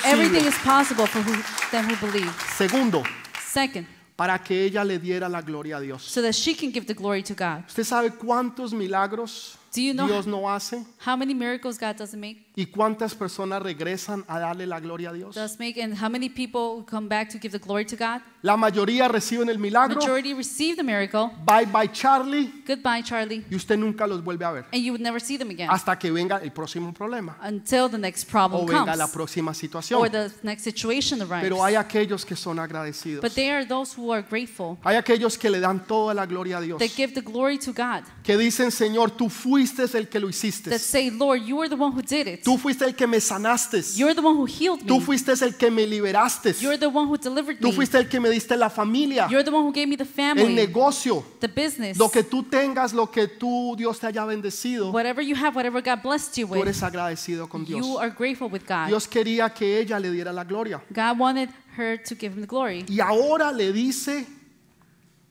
Speaker 2: Everything
Speaker 1: posible.
Speaker 2: is possible for who, them who believe.
Speaker 1: Segundo,
Speaker 2: Second,
Speaker 1: para que ella le diera la gloria a Dios.
Speaker 2: so that she can give the glory to God.
Speaker 1: ¿Usted sabe cuántos milagros
Speaker 2: Do you know-
Speaker 1: Dios no hace
Speaker 2: How many miracles God doesn't make
Speaker 1: y cuántas personas regresan a darle la gloria a Dios?
Speaker 2: does make, and how many people come back to give the glory to God?
Speaker 1: La mayoría reciben el milagro.
Speaker 2: Majority receive the miracle.
Speaker 1: Bye bye Charlie.
Speaker 2: Goodbye, Charlie,
Speaker 1: Y usted nunca los vuelve a ver.
Speaker 2: and you would never see them again
Speaker 1: Hasta que venga el próximo problema.
Speaker 2: until the next
Speaker 1: O
Speaker 2: problem
Speaker 1: venga la
Speaker 2: comes
Speaker 1: próxima
Speaker 2: or
Speaker 1: situación.
Speaker 2: the next situation
Speaker 1: Pero hay
Speaker 2: arrives.
Speaker 1: aquellos que son agradecidos.
Speaker 2: But they are those who are grateful.
Speaker 1: Hay aquellos que le dan toda la gloria a Dios.
Speaker 2: They give the glory to God.
Speaker 1: Que dicen, Señor, tú fuiste el que lo hiciste.
Speaker 2: that say, Lord, you are the one who did it.
Speaker 1: Tú fuiste el que me sanaste.
Speaker 2: You're the one who healed
Speaker 1: Tú
Speaker 2: me.
Speaker 1: fuiste el que me liberaste.
Speaker 2: You're the one who delivered
Speaker 1: Tú
Speaker 2: me.
Speaker 1: fuiste el que me diste la familia,
Speaker 2: You're the one who gave me the
Speaker 1: el
Speaker 2: family,
Speaker 1: negocio.
Speaker 2: the business.
Speaker 1: Lo que tú tengas, lo que tú Dios te haya bendecido,
Speaker 2: Whatever you have, whatever God blessed you
Speaker 1: tú
Speaker 2: with,
Speaker 1: eres agradecido con Dios.
Speaker 2: you are grateful with God.
Speaker 1: Dios quería que ella le diera la gloria.
Speaker 2: God wanted her to give him the glory.
Speaker 1: Y ahora le dice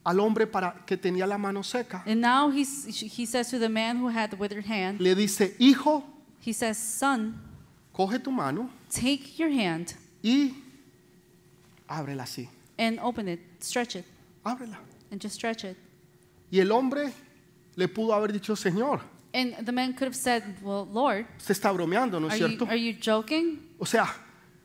Speaker 1: al hombre para que tenía la mano seca,
Speaker 2: And now he's, he says to the man who had the withered hand,
Speaker 1: le dice, hijo,
Speaker 2: he says, son,
Speaker 1: coge tu mano
Speaker 2: take your hand
Speaker 1: y ábrela así,
Speaker 2: and open it, stretch it,
Speaker 1: ábrela.
Speaker 2: and just stretch it.
Speaker 1: Y el hombre le pudo haber dicho, Señor,
Speaker 2: And the man could have said, well, Lord,
Speaker 1: usted está bromeando, ¿no es
Speaker 2: are you,
Speaker 1: cierto?
Speaker 2: are you joking?
Speaker 1: O sea,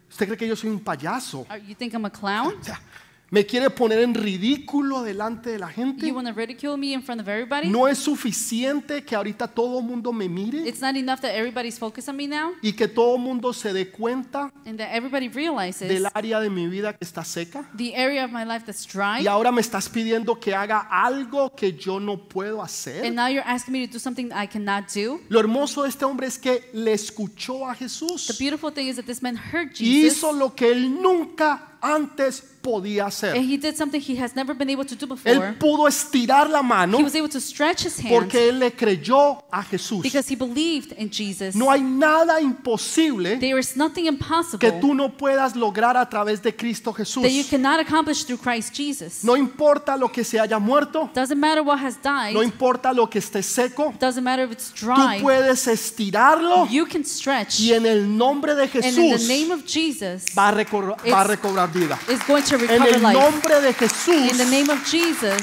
Speaker 1: ¿usted cree que yo soy un payaso?
Speaker 2: Are, you think I'm a clown?
Speaker 1: O sea, ¿me quiere poner en ridículo delante de la gente?
Speaker 2: You want to ridicule me in front of everybody?
Speaker 1: ¿No es suficiente que ahorita todo el mundo me mire
Speaker 2: It's not enough that everybody's focused on me now
Speaker 1: y que todo el mundo se dé cuenta
Speaker 2: and that everybody realizes
Speaker 1: del área de mi vida que está seca?
Speaker 2: the area of my life that's
Speaker 1: Y
Speaker 2: dry.
Speaker 1: ahora me estás pidiendo que haga algo que yo no puedo
Speaker 2: And
Speaker 1: hacer.
Speaker 2: now you're asking me to do something I cannot do.
Speaker 1: Lo hermoso de este hombre es que le escuchó a
Speaker 2: The
Speaker 1: Jesús
Speaker 2: beautiful thing is that this man heard
Speaker 1: y
Speaker 2: Jesus
Speaker 1: hizo lo que él nunca antes podía
Speaker 2: and
Speaker 1: hacer.
Speaker 2: he did something he has never been able to do
Speaker 1: Él
Speaker 2: before.
Speaker 1: pudo estirar la mano
Speaker 2: He was able to stretch his hand
Speaker 1: porque él le creyó a Jesús.
Speaker 2: because he believed in Jesus.
Speaker 1: No hay nada imposible
Speaker 2: There is nothing
Speaker 1: que
Speaker 2: impossible
Speaker 1: tú no puedas lograr a través de Cristo Jesús.
Speaker 2: that you cannot accomplish through Christ Jesus.
Speaker 1: No importa lo que se haya muerto,
Speaker 2: Doesn't matter what has died.
Speaker 1: no importa lo que esté seco,
Speaker 2: Doesn't matter if it's
Speaker 1: tú
Speaker 2: dry.
Speaker 1: puedes estirarlo
Speaker 2: You can stretch.
Speaker 1: y en el nombre de
Speaker 2: And in the
Speaker 1: Jesús
Speaker 2: name of Jesus
Speaker 1: va a, recobrar, va a recobrar vida.
Speaker 2: is going to
Speaker 1: En
Speaker 2: recover
Speaker 1: el
Speaker 2: life.
Speaker 1: nombre de
Speaker 2: In the
Speaker 1: Jesús
Speaker 2: name of Jesus,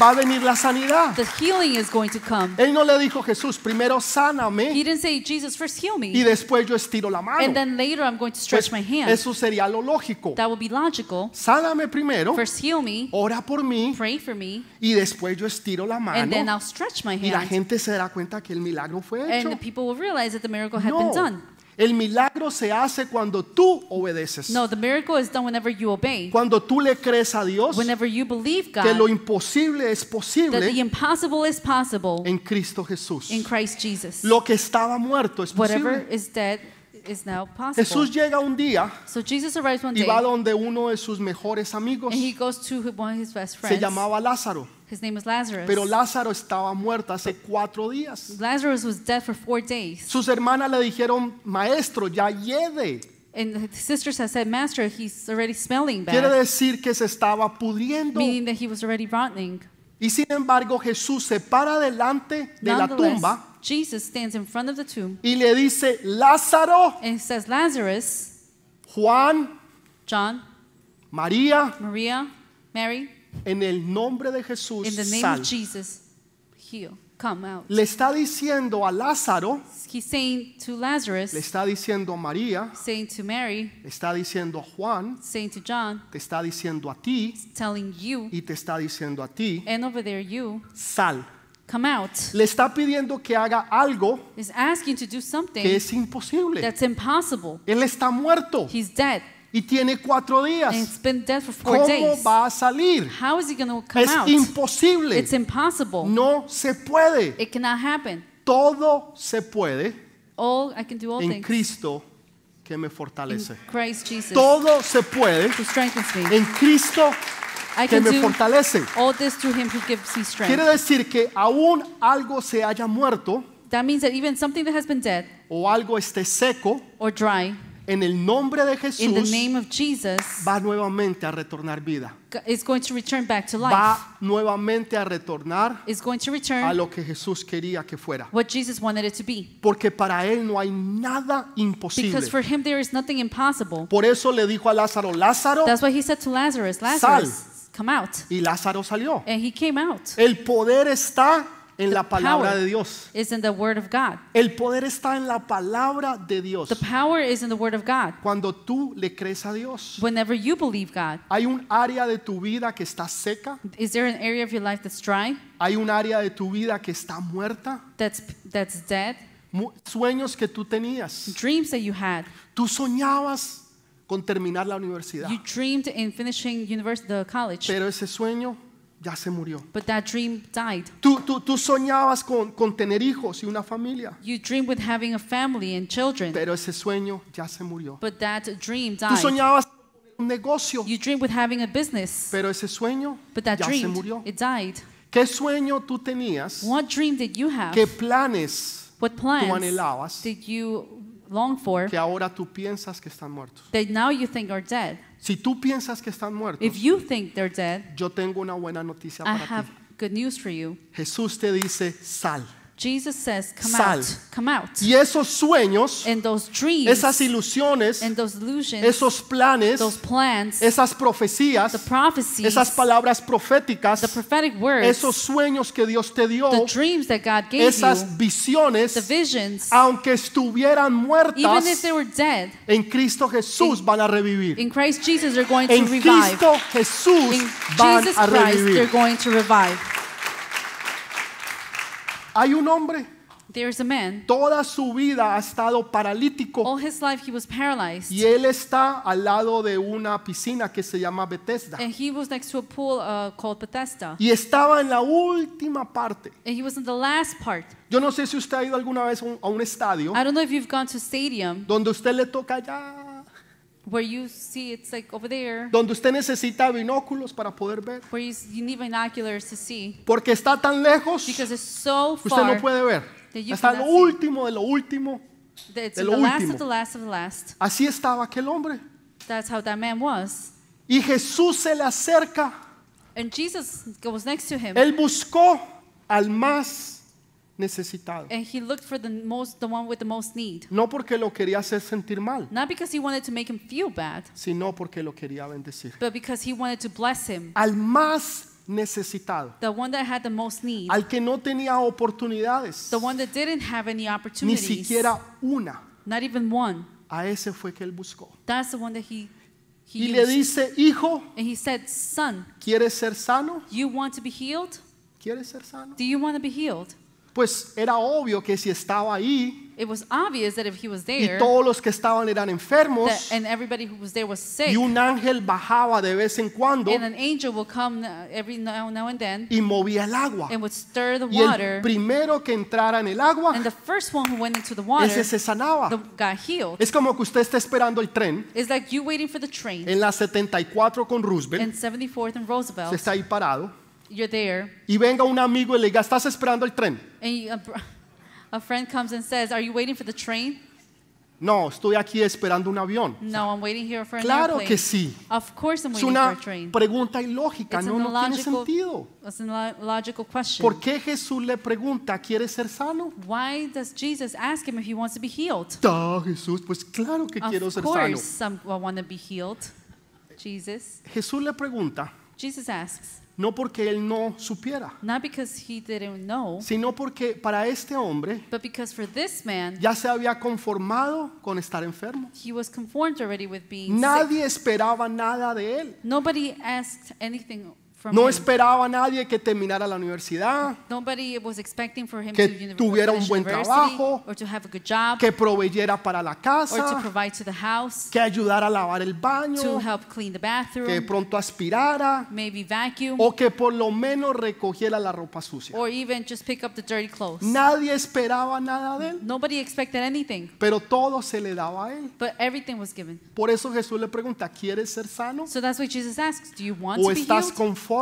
Speaker 1: va a venir la sanidad.
Speaker 2: the healing is going to come.
Speaker 1: Él no le dijo Jesús, primero
Speaker 2: He
Speaker 1: sáname
Speaker 2: didn't say, Jesus, first heal
Speaker 1: y
Speaker 2: me,
Speaker 1: después yo estiro la mano.
Speaker 2: and then later I'm going to
Speaker 1: Pues,
Speaker 2: stretch my hand.
Speaker 1: eso sería lo lógico.
Speaker 2: That would be logical.
Speaker 1: Sáname primero,
Speaker 2: First heal me,
Speaker 1: ora por mí
Speaker 2: pray for me,
Speaker 1: y después yo estiro la
Speaker 2: and then
Speaker 1: mano
Speaker 2: I'll stretch my
Speaker 1: y la
Speaker 2: hand.
Speaker 1: gente se dará cuenta que el milagro fue
Speaker 2: And
Speaker 1: hecho.
Speaker 2: the people will realize that the miracle had
Speaker 1: No,
Speaker 2: been done.
Speaker 1: el milagro se hace cuando tú obedeces,
Speaker 2: No, the miracle is done whenever you obey,
Speaker 1: cuando tú le crees a Dios
Speaker 2: whenever you believe
Speaker 1: que lo
Speaker 2: God
Speaker 1: imposible es
Speaker 2: that
Speaker 1: posible
Speaker 2: the impossible is possible
Speaker 1: en Cristo Jesús.
Speaker 2: in Christ Jesus.
Speaker 1: Lo que estaba muerto es
Speaker 2: Whatever
Speaker 1: posible.
Speaker 2: is dead is now possible.
Speaker 1: Jesús llega un día
Speaker 2: So Jesus arrives one
Speaker 1: y
Speaker 2: day
Speaker 1: va
Speaker 2: and
Speaker 1: donde uno de sus mejores amigos
Speaker 2: he goes to one of his best
Speaker 1: se
Speaker 2: friends.
Speaker 1: llamaba Lázaro,
Speaker 2: His name was Lazarus.
Speaker 1: pero Lázaro estaba muerto hace cuatro días.
Speaker 2: Lazarus was dead for four days.
Speaker 1: Sus hermanas le dijeron, maestro, ya lleve.
Speaker 2: And his sisters had said, Master, he's already smelling
Speaker 1: Quiere
Speaker 2: bad,
Speaker 1: decir que se estaba pudriendo.
Speaker 2: meaning that he was already rotting.
Speaker 1: Y sin embargo Jesús se para delante de la
Speaker 2: Nonetheless,
Speaker 1: tumba
Speaker 2: Jesus stands in front of the tomb
Speaker 1: y le dice, Lázaro,
Speaker 2: and says, Lazarus,
Speaker 1: Juan,
Speaker 2: John,
Speaker 1: María,
Speaker 2: Maria, Mary,
Speaker 1: en el nombre de Jesús,
Speaker 2: in the name
Speaker 1: sal.
Speaker 2: of Jesus, heal, come out.
Speaker 1: Le está diciendo a Lázaro,
Speaker 2: He's saying to
Speaker 1: le
Speaker 2: Lazarus,
Speaker 1: está diciendo a María,
Speaker 2: saying to Mary,
Speaker 1: le está diciendo a Juan,
Speaker 2: saying to John,
Speaker 1: te está diciendo a ti
Speaker 2: telling you,
Speaker 1: y te está diciendo a ti,
Speaker 2: and over there, you,
Speaker 1: sal.
Speaker 2: come out.
Speaker 1: Le está pidiendo que haga algo
Speaker 2: Is asking to do
Speaker 1: que
Speaker 2: something
Speaker 1: es imposible.
Speaker 2: that's impossible.
Speaker 1: Él está muerto
Speaker 2: He's dead.
Speaker 1: y tiene cuatro
Speaker 2: And
Speaker 1: días.
Speaker 2: it's been dead for four
Speaker 1: ¿Cómo
Speaker 2: days.
Speaker 1: va a salir?
Speaker 2: How is he going to come
Speaker 1: Es
Speaker 2: out?
Speaker 1: imposible.
Speaker 2: It's impossible.
Speaker 1: No se puede.
Speaker 2: It cannot happen.
Speaker 1: Todo se puede
Speaker 2: All I can do all
Speaker 1: en
Speaker 2: things.
Speaker 1: Cristo que me
Speaker 2: in
Speaker 1: fortalece.
Speaker 2: Christ Jesus
Speaker 1: Todo se puede
Speaker 2: who strengthens me.
Speaker 1: en Cristo
Speaker 2: I
Speaker 1: que
Speaker 2: can
Speaker 1: me
Speaker 2: do
Speaker 1: fortalece.
Speaker 2: all this through him who gives me
Speaker 1: Quiere
Speaker 2: strength.
Speaker 1: decir que aún algo se haya muerto
Speaker 2: That means that even something that has been dead
Speaker 1: o algo esté seco,
Speaker 2: or dry,
Speaker 1: en el nombre de
Speaker 2: in the
Speaker 1: Jesús
Speaker 2: name of Jesus,
Speaker 1: va nuevamente a retornar vida.
Speaker 2: g- is going to return back to life.
Speaker 1: Va nuevamente a retornar
Speaker 2: Is going to
Speaker 1: a
Speaker 2: return
Speaker 1: lo que Jesús quería que fuera.
Speaker 2: what Jesus wanted it to be.
Speaker 1: Porque para Él no hay nada
Speaker 2: Because
Speaker 1: imposible.
Speaker 2: for him there is nothing impossible.
Speaker 1: Por eso le dijo a Lázaro, Lázaro,
Speaker 2: That's why he said to Lazarus, Lazarus, come out.
Speaker 1: y Lázaro salió.
Speaker 2: And he came out.
Speaker 1: El poder está en la palabra
Speaker 2: power.
Speaker 1: de Dios.
Speaker 2: Is in the word of God.
Speaker 1: El poder está en la palabra de Dios.
Speaker 2: The power is in the Word of God.
Speaker 1: Cuando tú le crees a Dios,
Speaker 2: Whenever you believe God,
Speaker 1: hay un área de tu vida que está seca,
Speaker 2: is there an area of your life that's dry,
Speaker 1: hay un área de tu vida que está muerta,
Speaker 2: that's that's dead,
Speaker 1: Mu- sueños que tú tenías.
Speaker 2: dreams that you had?
Speaker 1: Tú soñabas con terminar la universidad,
Speaker 2: You dreamed in finishing university, the college,
Speaker 1: pero ese sueño ya se murió.
Speaker 2: but that dream died.
Speaker 1: Tú, tú, tú soñabas con, con tener hijos y una familia,
Speaker 2: You dreamed with having a family and children,
Speaker 1: pero ese sueño ya se murió.
Speaker 2: but that dream
Speaker 1: Tú
Speaker 2: died.
Speaker 1: soñabas con un negocio,
Speaker 2: You dreamed with having a business,
Speaker 1: pero ese sueño
Speaker 2: but that
Speaker 1: ya se
Speaker 2: dream,
Speaker 1: murió.
Speaker 2: it died.
Speaker 1: ¿Qué sueño tú tenías?
Speaker 2: What dream did you have?
Speaker 1: ¿Qué planes
Speaker 2: What
Speaker 1: tú
Speaker 2: plans
Speaker 1: anhelabas
Speaker 2: did you long for
Speaker 1: que ahora tú piensas que están muertos?
Speaker 2: that now you think are dead?
Speaker 1: Si tú piensas que están muertos,
Speaker 2: If you think they're dead,
Speaker 1: yo tengo una buena noticia
Speaker 2: I
Speaker 1: para
Speaker 2: have
Speaker 1: ti.
Speaker 2: good news for you.
Speaker 1: Jesús te dice, sal.
Speaker 2: Jesus says, Come
Speaker 1: Sal.
Speaker 2: out, come out.
Speaker 1: Y esos sueños,
Speaker 2: And those dreams
Speaker 1: esas ilusiones,
Speaker 2: and those illusions,
Speaker 1: esos planes,
Speaker 2: those plans,
Speaker 1: esas
Speaker 2: the
Speaker 1: profecías,
Speaker 2: prophecies,
Speaker 1: esas palabras
Speaker 2: the
Speaker 1: proféticas,
Speaker 2: prophetic words,
Speaker 1: esos sueños que Dios te dio,
Speaker 2: the dreams that God gave you,
Speaker 1: esas
Speaker 2: the
Speaker 1: visiones,
Speaker 2: visions,
Speaker 1: aunque estuvieran
Speaker 2: even if
Speaker 1: muertas,
Speaker 2: they were dead,
Speaker 1: en Cristo Jesús
Speaker 2: In-
Speaker 1: van a revivir.
Speaker 2: in Christ Jesus they're going to
Speaker 1: En
Speaker 2: revive.
Speaker 1: Cristo Jesús
Speaker 2: in
Speaker 1: van
Speaker 2: Jesus
Speaker 1: a
Speaker 2: Christ they're
Speaker 1: revivir.
Speaker 2: going to revive.
Speaker 1: Hay un hombre,
Speaker 2: There's a man,
Speaker 1: toda su vida ha estado paralítico
Speaker 2: all his life he was paralyzed,
Speaker 1: y él está al lado de una piscina que se llama Bethesda.
Speaker 2: and he was next to a pool uh, called Bethesda,
Speaker 1: Y estaba en la última parte.
Speaker 2: and he was in the last part.
Speaker 1: Yo no sé si usted ha ido alguna vez a un, a un estadio
Speaker 2: I don't know if you've gone to stadium
Speaker 1: donde usted le toca allá,
Speaker 2: where you see it's like over there,
Speaker 1: donde usted necesita binóculos para poder ver,
Speaker 2: where you, s- you need binoculars to see,
Speaker 1: porque está tan lejos que
Speaker 2: because it's so
Speaker 1: usted
Speaker 2: far
Speaker 1: no puede ver.
Speaker 2: that you
Speaker 1: Está lo
Speaker 2: cannot see.
Speaker 1: último de lo último.
Speaker 2: that it's
Speaker 1: de
Speaker 2: in
Speaker 1: lo
Speaker 2: the last
Speaker 1: último.
Speaker 2: of the last of the last.
Speaker 1: Así estaba aquel hombre.
Speaker 2: That's how that man was.
Speaker 1: Y Jesús se le acerca.
Speaker 2: And Jesus was next to him,
Speaker 1: Él buscó al más necesitado.
Speaker 2: and he looked for the most, the one with the most need,
Speaker 1: No porque lo quería hacer sentir mal,
Speaker 2: not because he wanted to make him feel bad,
Speaker 1: sino porque lo quería bendecir.
Speaker 2: but because he wanted to bless him,
Speaker 1: Al más necesitado.
Speaker 2: the one that had the most need,
Speaker 1: al que no tenía oportunidades,
Speaker 2: the one that didn't have any
Speaker 1: ni
Speaker 2: opportunities,
Speaker 1: siquiera una,
Speaker 2: not even one.
Speaker 1: a ese fue que él buscó.
Speaker 2: That's the one that he he
Speaker 1: Y le
Speaker 2: used.
Speaker 1: dice, hijo,
Speaker 2: And he said, "Son,
Speaker 1: ¿quieres ser sano?
Speaker 2: you want to be healed?
Speaker 1: ¿Quieres ser sano?
Speaker 2: Do you want to be healed?"
Speaker 1: Pues era obvio que si estaba ahí
Speaker 2: It was obvious that if he was
Speaker 1: y
Speaker 2: there,
Speaker 1: todos los que estaban eran enfermos
Speaker 2: that, and everybody who was there was sick,
Speaker 1: y un ángel bajaba de vez en cuando
Speaker 2: and an angel will come uh, every now, now and then
Speaker 1: y movía el agua.
Speaker 2: and would stir the
Speaker 1: Y el
Speaker 2: water,
Speaker 1: primero que entrara en el agua,
Speaker 2: and the first one who went into the water
Speaker 1: ese se
Speaker 2: the,
Speaker 1: sanaba.
Speaker 2: got healed.
Speaker 1: Es como que usted está esperando el tren
Speaker 2: It's like you waiting for the train
Speaker 1: en la 74 con Roosevelt,
Speaker 2: in 74th and
Speaker 1: se
Speaker 2: Roosevelt.
Speaker 1: está ahí parado.
Speaker 2: You're there,
Speaker 1: y venga un amigo y le diga, ¿estás esperando el tren?
Speaker 2: and you, a, br- a friend comes and says, "Are you waiting for the train?"
Speaker 1: No, estoy aquí esperando un avión.
Speaker 2: No, I'm waiting here for an
Speaker 1: Claro
Speaker 2: airplane.
Speaker 1: que sí.
Speaker 2: Of course I'm
Speaker 1: Es
Speaker 2: waiting
Speaker 1: una
Speaker 2: for a train.
Speaker 1: pregunta ilógica,
Speaker 2: It's
Speaker 1: no,
Speaker 2: an
Speaker 1: no tiene
Speaker 2: illogical-
Speaker 1: sentido.
Speaker 2: That's a lo- logical question.
Speaker 1: ¿Por qué Jesús le pregunta, ¿quieres ser sano?
Speaker 2: Why does Jesus ask him if he wants to be healed?
Speaker 1: Ah, Jesús, pues claro que quiero
Speaker 2: Of
Speaker 1: ser sano.
Speaker 2: course, some will want to be healed. Jesus.
Speaker 1: Jesús le pregunta,
Speaker 2: Jesus asks,
Speaker 1: no porque él no supiera,
Speaker 2: not because he didn't know,
Speaker 1: sino porque para este hombre
Speaker 2: but because for this man,
Speaker 1: ya se había conformado con estar enfermo.
Speaker 2: he was conformed already with being sick.
Speaker 1: Nadie esperaba nada de él.
Speaker 2: Nobody asked anything from
Speaker 1: No
Speaker 2: him.
Speaker 1: esperaba a nadie que terminara la universidad,
Speaker 2: Nobody was expecting for him
Speaker 1: que
Speaker 2: to uni-
Speaker 1: tuviera un
Speaker 2: finish
Speaker 1: buen
Speaker 2: university
Speaker 1: trabajo,
Speaker 2: or to have a good job
Speaker 1: que proveyera para la
Speaker 2: or to
Speaker 1: casa,
Speaker 2: provide to the house,
Speaker 1: que ayudara a lavar el
Speaker 2: to
Speaker 1: baño,
Speaker 2: help clean the
Speaker 1: que Oh. de
Speaker 2: bathroom,
Speaker 1: pronto aspirara
Speaker 2: maybe vacuum.
Speaker 1: o que por lo menos recogiera la ropa sucia.
Speaker 2: or even just pick up the dirty clothes.
Speaker 1: Nadie esperaba nada de él,
Speaker 2: Nobody expected anything,
Speaker 1: pero todo se le daba a él.
Speaker 2: but everything was given.
Speaker 1: Por eso Jesús le pregunta, ¿quieres ser sano
Speaker 2: So that's why Jesus asks, do you want
Speaker 1: o
Speaker 2: to be
Speaker 1: estás
Speaker 2: healed
Speaker 1: conforme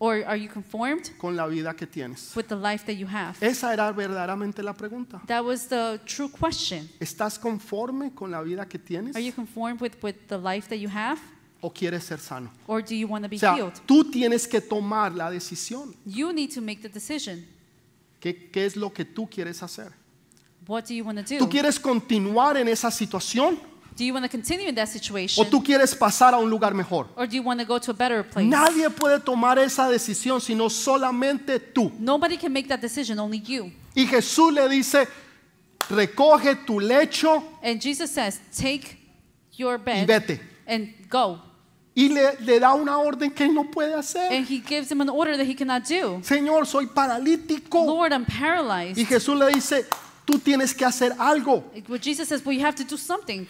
Speaker 2: or are you conformed
Speaker 1: con la vida que tienes?
Speaker 2: with the life that you have?
Speaker 1: Esa era verdaderamente la pregunta.
Speaker 2: That was the true question.
Speaker 1: ¿Estás conforme con la vida que tienes
Speaker 2: Are you conformed with, with the life that you have
Speaker 1: o quieres ser sano?
Speaker 2: or do you want to
Speaker 1: O
Speaker 2: be
Speaker 1: sea,
Speaker 2: healed?
Speaker 1: tú tienes que tomar la decisión.
Speaker 2: You need to make the decision.
Speaker 1: ¿Qué, qué es lo que tú quieres hacer?
Speaker 2: What do you want to
Speaker 1: ¿Tú
Speaker 2: do?
Speaker 1: quieres continuar en esa situación
Speaker 2: Do you want to continue in that
Speaker 1: o
Speaker 2: situation
Speaker 1: tú quieres pasar a un lugar mejor?
Speaker 2: or do you want to go to a better place?
Speaker 1: Nadie puede tomar esa decisión sino solamente tú.
Speaker 2: Nobody can make that decision, only you.
Speaker 1: Y Jesús le dice, recoge tu lecho
Speaker 2: And Jesus says, take your
Speaker 1: y
Speaker 2: bed
Speaker 1: vete.
Speaker 2: and go.
Speaker 1: Y le, le da una orden que él no puede hacer.
Speaker 2: And he gives him an order that he cannot do.
Speaker 1: Señor, soy paralítico.
Speaker 2: Lord, I'm paralyzed.
Speaker 1: Y Jesús le dice, tú tienes que hacer algo.
Speaker 2: What Jesus says, well, you have to do something.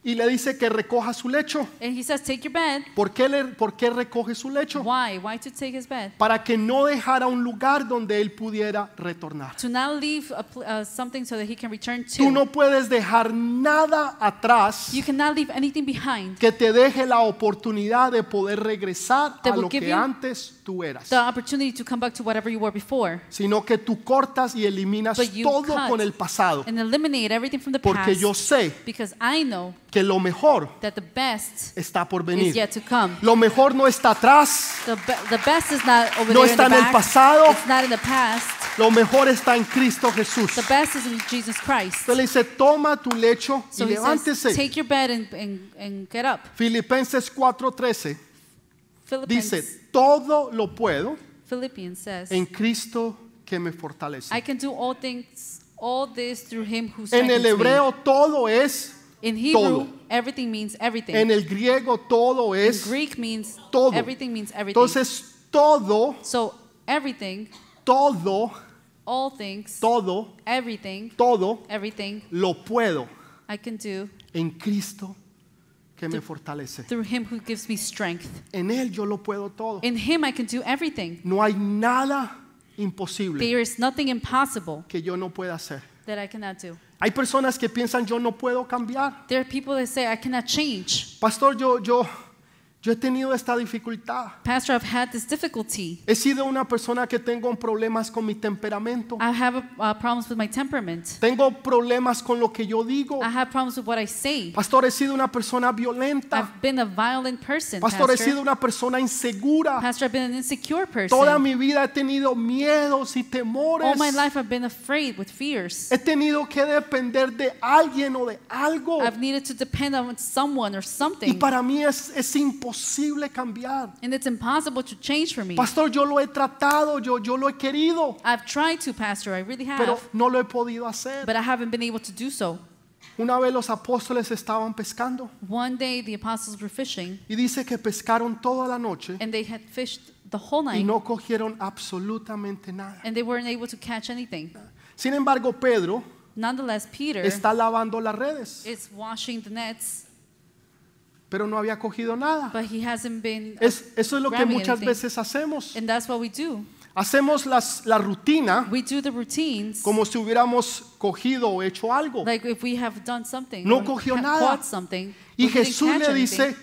Speaker 1: y le dice que recoja su lecho.
Speaker 2: And he says, Take your bed.
Speaker 1: ¿Por qué, le- por qué recoge su lecho?
Speaker 2: Why? Why to take his bed?
Speaker 1: Para que no dejara un lugar donde él pudiera retornar.
Speaker 2: To now leave a pl- uh, something so that he can return
Speaker 1: Tú
Speaker 2: to.
Speaker 1: no puedes dejar nada atrás
Speaker 2: You cannot leave anything behind.
Speaker 1: que te deje la oportunidad de poder regresar
Speaker 2: That
Speaker 1: a
Speaker 2: will
Speaker 1: lo
Speaker 2: give
Speaker 1: que
Speaker 2: you
Speaker 1: antes tú eras,
Speaker 2: The opportunity to come back to whatever you were before
Speaker 1: sino que tú cortas y eliminas
Speaker 2: But you
Speaker 1: todo
Speaker 2: cut
Speaker 1: con el pasado,
Speaker 2: and eliminate everything from the
Speaker 1: porque
Speaker 2: past.
Speaker 1: yo sé
Speaker 2: Because I know
Speaker 1: que lo mejor
Speaker 2: that the best
Speaker 1: está por
Speaker 2: is
Speaker 1: venir.
Speaker 2: yet to come.
Speaker 1: Lo mejor no está atrás,
Speaker 2: The, be- the best is not over
Speaker 1: No
Speaker 2: there in the
Speaker 1: está en el
Speaker 2: back.
Speaker 1: pasado.
Speaker 2: It's not in the past.
Speaker 1: lo mejor está en Cristo Jesús.
Speaker 2: The best is in Jesus Christ.
Speaker 1: Entonces le dice, toma tu lecho y
Speaker 2: So he says,
Speaker 1: levántese.
Speaker 2: take your bed and, and, and get up.
Speaker 1: Filipenses 4:13 dice,
Speaker 2: Philippians,
Speaker 1: todo lo puedo
Speaker 2: Philippians says,
Speaker 1: en Cristo que me fortalece.
Speaker 2: I can do all things, all this through him who
Speaker 1: En
Speaker 2: strengthens
Speaker 1: el
Speaker 2: me.
Speaker 1: hebreo todo es
Speaker 2: In Hebrew,
Speaker 1: todo.
Speaker 2: everything means everything.
Speaker 1: En el griego todo
Speaker 2: In
Speaker 1: es.
Speaker 2: Greek means
Speaker 1: todo.
Speaker 2: everything means everything.
Speaker 1: Entonces todo,
Speaker 2: so everything,
Speaker 1: todo,
Speaker 2: all things,
Speaker 1: todo,
Speaker 2: everything,
Speaker 1: todo
Speaker 2: everything
Speaker 1: lo puedo
Speaker 2: I can do
Speaker 1: en Cristo que me fortalece.
Speaker 2: through him who gives me strength.
Speaker 1: En Él yo lo puedo todo.
Speaker 2: In him I can do everything.
Speaker 1: No hay nada imposible
Speaker 2: There is nothing impossible
Speaker 1: que yo no pueda hacer.
Speaker 2: that I cannot do.
Speaker 1: Hay personas que piensan yo no puedo cambiar.
Speaker 2: There are people that say I cannot change.
Speaker 1: Pastor, yo, yo, yo he tenido esta dificultad.
Speaker 2: Pastor, I've had this difficulty.
Speaker 1: He sido una persona que tengo problemas con mi temperamento.
Speaker 2: I have uh, problems with my temperament.
Speaker 1: Tengo problemas con lo que yo digo.
Speaker 2: I have problems with what I say.
Speaker 1: Pastor, he sido una persona violenta.
Speaker 2: I've been a violent person,
Speaker 1: Pastor, he sido
Speaker 2: Pastor.
Speaker 1: una persona insegura.
Speaker 2: Pastor, I've been an insecure person.
Speaker 1: Toda mi vida he tenido miedos y temores.
Speaker 2: All my life I've been afraid with fears.
Speaker 1: He tenido que depender de alguien o de algo.
Speaker 2: I've needed to depend on someone or
Speaker 1: Y
Speaker 2: something.
Speaker 1: para mí es, es imposible cambiar.
Speaker 2: And it's impossible to change for me.
Speaker 1: Pastor, yo lo he tratado, yo, yo lo he querido,
Speaker 2: I've tried to, Pastor, I really
Speaker 1: pero
Speaker 2: have,
Speaker 1: no lo he podido hacer.
Speaker 2: but I haven't been able to do so.
Speaker 1: Una vez los apóstoles estaban pescando
Speaker 2: One day the apostles were fishing,
Speaker 1: y dice que pescaron toda la noche
Speaker 2: and they had fished the whole
Speaker 1: y
Speaker 2: night,
Speaker 1: no cogieron absolutamente nada.
Speaker 2: and they weren't able to catch anything.
Speaker 1: Sin embargo, Pedro
Speaker 2: Nonetheless, Peter
Speaker 1: está lavando las redes.
Speaker 2: is washing the nets,
Speaker 1: pero no había cogido nada.
Speaker 2: but he hasn't been.
Speaker 1: Es- eso es lo que
Speaker 2: grabbing
Speaker 1: muchas
Speaker 2: anything.
Speaker 1: veces hacemos.
Speaker 2: And that's what we do.
Speaker 1: Hacemos las- la rutina
Speaker 2: We do the routines
Speaker 1: como si hubiéramos cogido o hecho algo.
Speaker 2: like if we have done something,
Speaker 1: No
Speaker 2: or
Speaker 1: cogió
Speaker 2: have
Speaker 1: nada.
Speaker 2: caught
Speaker 1: Y
Speaker 2: something. but we didn't
Speaker 1: Jesús
Speaker 2: catch
Speaker 1: le dice,
Speaker 2: anything.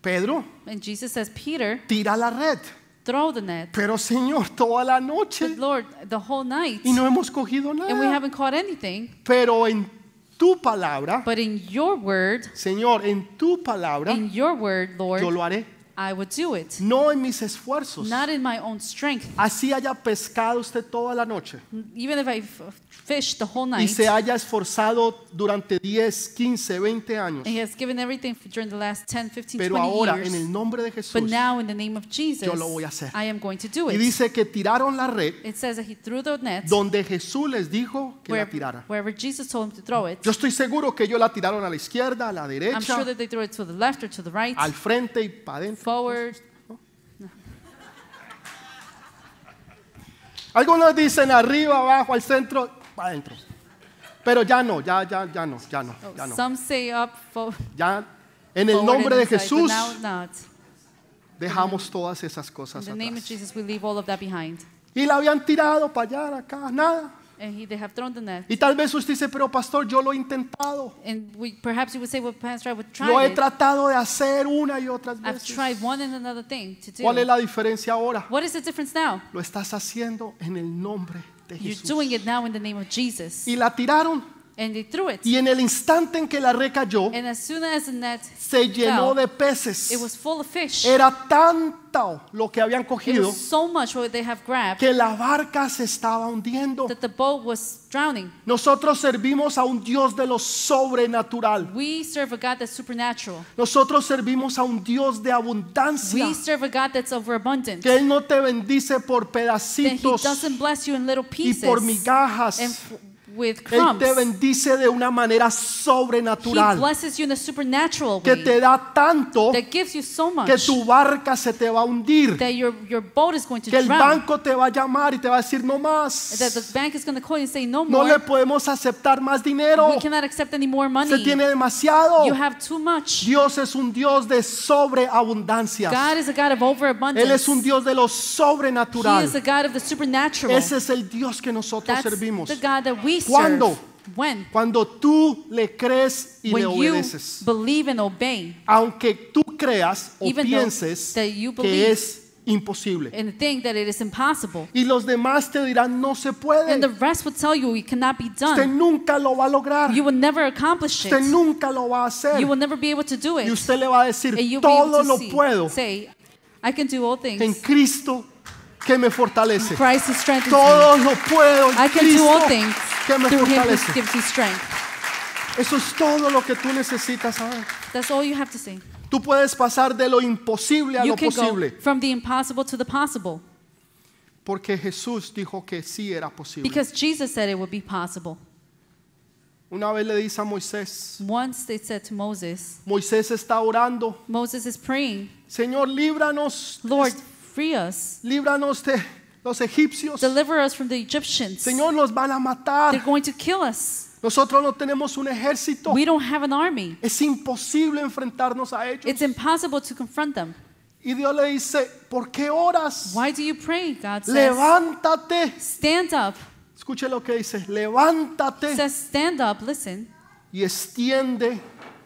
Speaker 1: Pedro,
Speaker 2: and Jesus says, Peter,
Speaker 1: tira la red.
Speaker 2: throw the net.
Speaker 1: Pero Señor, toda la
Speaker 2: But
Speaker 1: noche
Speaker 2: Lord, the whole night,
Speaker 1: y no hemos cogido
Speaker 2: Pues, and we
Speaker 1: nada.
Speaker 2: haven't caught anything.
Speaker 1: Pero en tu palabra,
Speaker 2: But in your word,
Speaker 1: Señor, en tu palabra,
Speaker 2: in your word, Lord,
Speaker 1: yo lo haré.
Speaker 2: I would do it.
Speaker 1: No en mis esfuerzos.
Speaker 2: Not in my own strength.
Speaker 1: Así haya pescado usted toda la noche
Speaker 2: Even if I f- fished the whole
Speaker 1: y
Speaker 2: night,
Speaker 1: se haya esforzado durante 10, 15, 20 años.
Speaker 2: and he has given everything for- during the last 10, 15,
Speaker 1: Pero
Speaker 2: 20
Speaker 1: ahora,
Speaker 2: years.
Speaker 1: en el nombre de Jesús,
Speaker 2: but now, in the name of Jesus,
Speaker 1: lo voy a hacer.
Speaker 2: I am going to do
Speaker 1: y
Speaker 2: it.
Speaker 1: dice que tiraron la red
Speaker 2: It says that he threw the net
Speaker 1: donde Jesús les dijo que
Speaker 2: where,
Speaker 1: la tiraran.
Speaker 2: wherever Jesus told him to throw it.
Speaker 1: Yo estoy seguro que ellos la tiraron a la izquierda, a la
Speaker 2: I'm sure
Speaker 1: derecha,
Speaker 2: that they threw it to the left or to the right,
Speaker 1: al frente y para adentro.
Speaker 2: forward.
Speaker 1: Algunos dicen arriba, abajo, al centro, para adentro. Pero ya no, ya, ya, ya no, ya no,
Speaker 2: Oh,
Speaker 1: ya no.
Speaker 2: Some say up, fo-
Speaker 1: Ya en el
Speaker 2: forward
Speaker 1: nombre
Speaker 2: and
Speaker 1: de
Speaker 2: inside,
Speaker 1: Jesús
Speaker 2: But now not.
Speaker 1: dejamos todas esas
Speaker 2: In
Speaker 1: cosas
Speaker 2: the name of
Speaker 1: atrás.
Speaker 2: Jesus, we leave all of that behind.
Speaker 1: Y la habían tirado para allá, acá, nada.
Speaker 2: And he, they have thrown the net.
Speaker 1: Y tal vez usted dice, pero pastor, yo lo he intentado.
Speaker 2: And we, perhaps you would say, well, Pastor, I would
Speaker 1: Lo
Speaker 2: try
Speaker 1: he
Speaker 2: it.
Speaker 1: tratado de hacer una y otras
Speaker 2: I've
Speaker 1: veces.
Speaker 2: tried one and another thing to do.
Speaker 1: ¿Cuál es la diferencia ahora?
Speaker 2: What is the difference now?
Speaker 1: Lo estás haciendo en el nombre de
Speaker 2: You're
Speaker 1: Jesús.
Speaker 2: doing it now in the name of Jesus.
Speaker 1: Y la tiraron
Speaker 2: And they threw it.
Speaker 1: y en el instante en que la recayó
Speaker 2: And as soon as the net,
Speaker 1: se llenó
Speaker 2: fell,
Speaker 1: de
Speaker 2: it
Speaker 1: peces.
Speaker 2: was full of fish.
Speaker 1: Era tanto lo que habían
Speaker 2: It
Speaker 1: cogido
Speaker 2: was so much what they have grabbed
Speaker 1: que la barca se estaba hundiendo.
Speaker 2: that the boat was drowning.
Speaker 1: Nosotros servimos a un Dios de lo sobrenatural.
Speaker 2: We serve a God that's supernatural.
Speaker 1: Nosotros servimos a un Dios de abundancia.
Speaker 2: We serve a God that's overabundant.
Speaker 1: Que Él no te bendice por
Speaker 2: That He
Speaker 1: pedacitos
Speaker 2: doesn't bless you in little
Speaker 1: y
Speaker 2: pieces
Speaker 1: por
Speaker 2: and
Speaker 1: migajas,
Speaker 2: f- with
Speaker 1: Él
Speaker 2: crumbs.
Speaker 1: te bendice de una manera
Speaker 2: He
Speaker 1: sobrenatural
Speaker 2: blesses you in a supernatural
Speaker 1: que
Speaker 2: way
Speaker 1: te da tanto
Speaker 2: that gives you so much
Speaker 1: que tu barca se te va a hundir,
Speaker 2: that your, your boat is going to
Speaker 1: que el
Speaker 2: drown.
Speaker 1: banco te va a llamar y te va a decir no
Speaker 2: that
Speaker 1: más,
Speaker 2: the bank is going to call you and say, no
Speaker 1: no
Speaker 2: more,
Speaker 1: le podemos aceptar más dinero,
Speaker 2: we cannot accept any more
Speaker 1: se
Speaker 2: money.
Speaker 1: tiene demasiado.
Speaker 2: You have too much.
Speaker 1: Dios es un Dios de sobreabundancia.
Speaker 2: God is a God of
Speaker 1: Él es
Speaker 2: overabundance.
Speaker 1: un Dios de lo
Speaker 2: He is
Speaker 1: sobrenatural.
Speaker 2: a God of the supernatural.
Speaker 1: Ese es el Dios que nosotros
Speaker 2: That's
Speaker 1: servimos.
Speaker 2: the God that we serve.
Speaker 1: ¿Cuándo?
Speaker 2: When?
Speaker 1: Cuando tú le crees y le
Speaker 2: when you
Speaker 1: obedeces.
Speaker 2: believe and obey
Speaker 1: Aunque tú creas o
Speaker 2: Even though
Speaker 1: pienses
Speaker 2: that you
Speaker 1: que
Speaker 2: believe.
Speaker 1: es imposible.
Speaker 2: and think that it is impossible.
Speaker 1: Y los demás te dirán, no se
Speaker 2: And the
Speaker 1: puede.
Speaker 2: rest would tell you it cannot be
Speaker 1: Usted
Speaker 2: done.
Speaker 1: nunca lo va a lograr.
Speaker 2: Ah. You will never accomplish
Speaker 1: Usted
Speaker 2: it.
Speaker 1: nunca lo va a
Speaker 2: You
Speaker 1: hacer.
Speaker 2: will never be able to do it.
Speaker 1: Y usted le va a decir,
Speaker 2: and you'll be
Speaker 1: todo
Speaker 2: able to
Speaker 1: lo
Speaker 2: see-
Speaker 1: puedo
Speaker 2: say, I can do all things.
Speaker 1: en Cristo que me fortalece.
Speaker 2: Christ who strengthens me.
Speaker 1: Todo lo puedo en
Speaker 2: I can do all
Speaker 1: Cristo
Speaker 2: things
Speaker 1: que me
Speaker 2: through Him
Speaker 1: fortalece.
Speaker 2: who gives me strength.
Speaker 1: Eso es todo lo que tú necesitas saber.
Speaker 2: That's all you have to say.
Speaker 1: Tú puedes pasar de lo imposible a
Speaker 2: You
Speaker 1: lo
Speaker 2: can go
Speaker 1: posible,
Speaker 2: from the impossible to the possible
Speaker 1: porque Jesús dijo que sí era posible.
Speaker 2: because Jesus said it would be possible.
Speaker 1: Una vez le dice a Moisés,
Speaker 2: Once they said to Moses,
Speaker 1: Moisés está orando,
Speaker 2: Moses is praying,
Speaker 1: Señor, líbranos,
Speaker 2: Lord, free us.
Speaker 1: líbranos de los egipcios.
Speaker 2: Deliver us from the Egyptians.
Speaker 1: Señor, nos van a
Speaker 2: They're
Speaker 1: matar.
Speaker 2: going to kill us.
Speaker 1: Nosotros no tenemos un ejército.
Speaker 2: We don't have an army.
Speaker 1: Es imposible enfrentarnos a ellos.
Speaker 2: It's impossible to confront them.
Speaker 1: Y Dios le dice, ¿por qué oras?
Speaker 2: Why do you pray? God says,
Speaker 1: Levántate.
Speaker 2: Stand up.
Speaker 1: Escuche lo que dice. Levántate
Speaker 2: Says, Stand up, listen,
Speaker 1: y extiende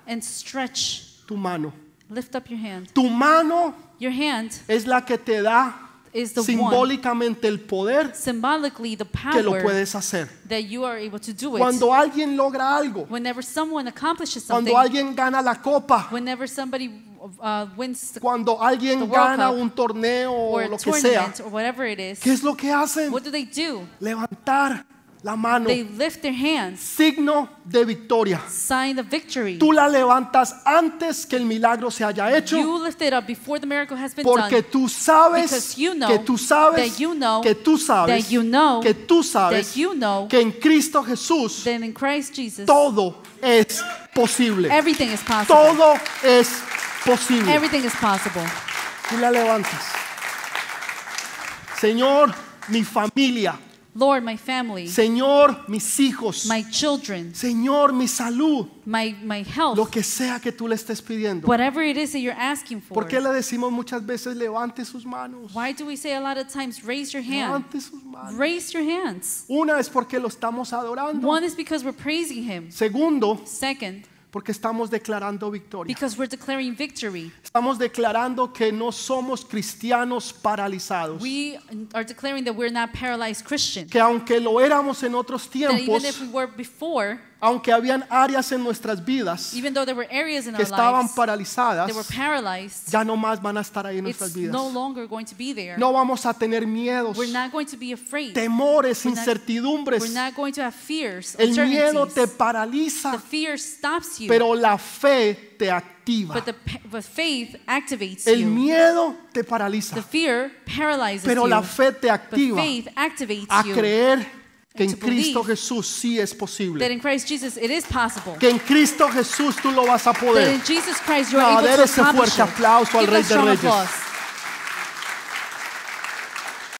Speaker 2: and stretch.
Speaker 1: tu mano.
Speaker 2: Lift up your hand.
Speaker 1: Tu mano
Speaker 2: Your hand
Speaker 1: es la que te da
Speaker 2: is the one
Speaker 1: simbólicamente el poder
Speaker 2: symbolically the
Speaker 1: que lo
Speaker 2: power
Speaker 1: puedes hacer.
Speaker 2: that you are able to do it.
Speaker 1: Cuando alguien logra algo,
Speaker 2: Whenever someone accomplishes something,
Speaker 1: cuando alguien gana la copa,
Speaker 2: whenever somebody uh, wins the,
Speaker 1: cuando
Speaker 2: The
Speaker 1: alguien
Speaker 2: World
Speaker 1: gana
Speaker 2: Cup
Speaker 1: un torneo
Speaker 2: or
Speaker 1: o
Speaker 2: a
Speaker 1: lo que sea,
Speaker 2: tournament or whatever it is,
Speaker 1: ¿qué es lo que hacen?
Speaker 2: what do they do?
Speaker 1: Levantar la mano,
Speaker 2: They lift their hands,
Speaker 1: signo de victoria.
Speaker 2: sign of victory.
Speaker 1: Tú la levantas antes que el milagro se haya hecho.
Speaker 2: You lift it up before the miracle has been
Speaker 1: Porque
Speaker 2: done.
Speaker 1: tú sabes
Speaker 2: Because you know
Speaker 1: que tú sabes
Speaker 2: that you know
Speaker 1: que tú sabes
Speaker 2: that you know
Speaker 1: que tú sabes
Speaker 2: that you know
Speaker 1: que en Cristo Jesús
Speaker 2: that in Christ Jesus,
Speaker 1: todo es posible.
Speaker 2: everything is possible.
Speaker 1: Todo es posible.
Speaker 2: Everything is possible.
Speaker 1: Tú la levantas. Señor, mi familia.
Speaker 2: Lord, my family,
Speaker 1: Señor, mis hijos.
Speaker 2: my children,
Speaker 1: Señor, mi salud.
Speaker 2: my, my
Speaker 1: Lo
Speaker 2: health,
Speaker 1: que sea que tú le estés pidiendo.
Speaker 2: whatever it is that you're asking for.
Speaker 1: ¿Por qué le decimos muchas veces levante sus manos?
Speaker 2: Why do we say a lot of times, raise your hand?
Speaker 1: Levante sus manos.
Speaker 2: Raise your hands.
Speaker 1: Una es porque lo estamos adorando.
Speaker 2: One is because we're praising Him.
Speaker 1: Segundo,
Speaker 2: Second,
Speaker 1: porque estamos declarando victoria.
Speaker 2: because we're declaring victory.
Speaker 1: Estamos declarando que no somos cristianos paralizados.
Speaker 2: We are declaring that we're not paralyzed Christians.
Speaker 1: Que aunque lo éramos en otros
Speaker 2: That
Speaker 1: tiempos,
Speaker 2: even if we were before,
Speaker 1: aunque habían áreas en nuestras vidas
Speaker 2: even though there were areas in
Speaker 1: que
Speaker 2: our
Speaker 1: estaban
Speaker 2: lives
Speaker 1: paralizadas,
Speaker 2: they were paralyzed,
Speaker 1: ya no más van a estar ahí en nuestras
Speaker 2: it's
Speaker 1: vidas.
Speaker 2: no longer going to be there.
Speaker 1: No vamos a tener miedos,
Speaker 2: We're not going to be afraid.
Speaker 1: temores,
Speaker 2: We're not- We're
Speaker 1: incertidumbres.
Speaker 2: not going to have fears,
Speaker 1: El miedo te
Speaker 2: uncertainties. The
Speaker 1: paraliza,
Speaker 2: fear stops you,
Speaker 1: pero la fe te activa.
Speaker 2: but the, pa- the faith activates
Speaker 1: El
Speaker 2: you.
Speaker 1: miedo te
Speaker 2: The
Speaker 1: paraliza,
Speaker 2: fear paralyzes
Speaker 1: pero la
Speaker 2: you,
Speaker 1: fe te
Speaker 2: but
Speaker 1: activa
Speaker 2: faith activates
Speaker 1: a
Speaker 2: you.
Speaker 1: creer que en
Speaker 2: to believe
Speaker 1: Cristo Jesús sí es posible.
Speaker 2: That in Christ Jesus it is possible.
Speaker 1: que en Cristo Jesús tú lo vas a
Speaker 2: That
Speaker 1: poder.
Speaker 2: in Jesus Christ you
Speaker 1: No,
Speaker 2: are able
Speaker 1: dele
Speaker 2: to
Speaker 1: ese
Speaker 2: accomplish
Speaker 1: fuerte
Speaker 2: it.
Speaker 1: aplauso al
Speaker 2: Give
Speaker 1: Rey
Speaker 2: us
Speaker 1: de
Speaker 2: strong
Speaker 1: Reyes.
Speaker 2: applause.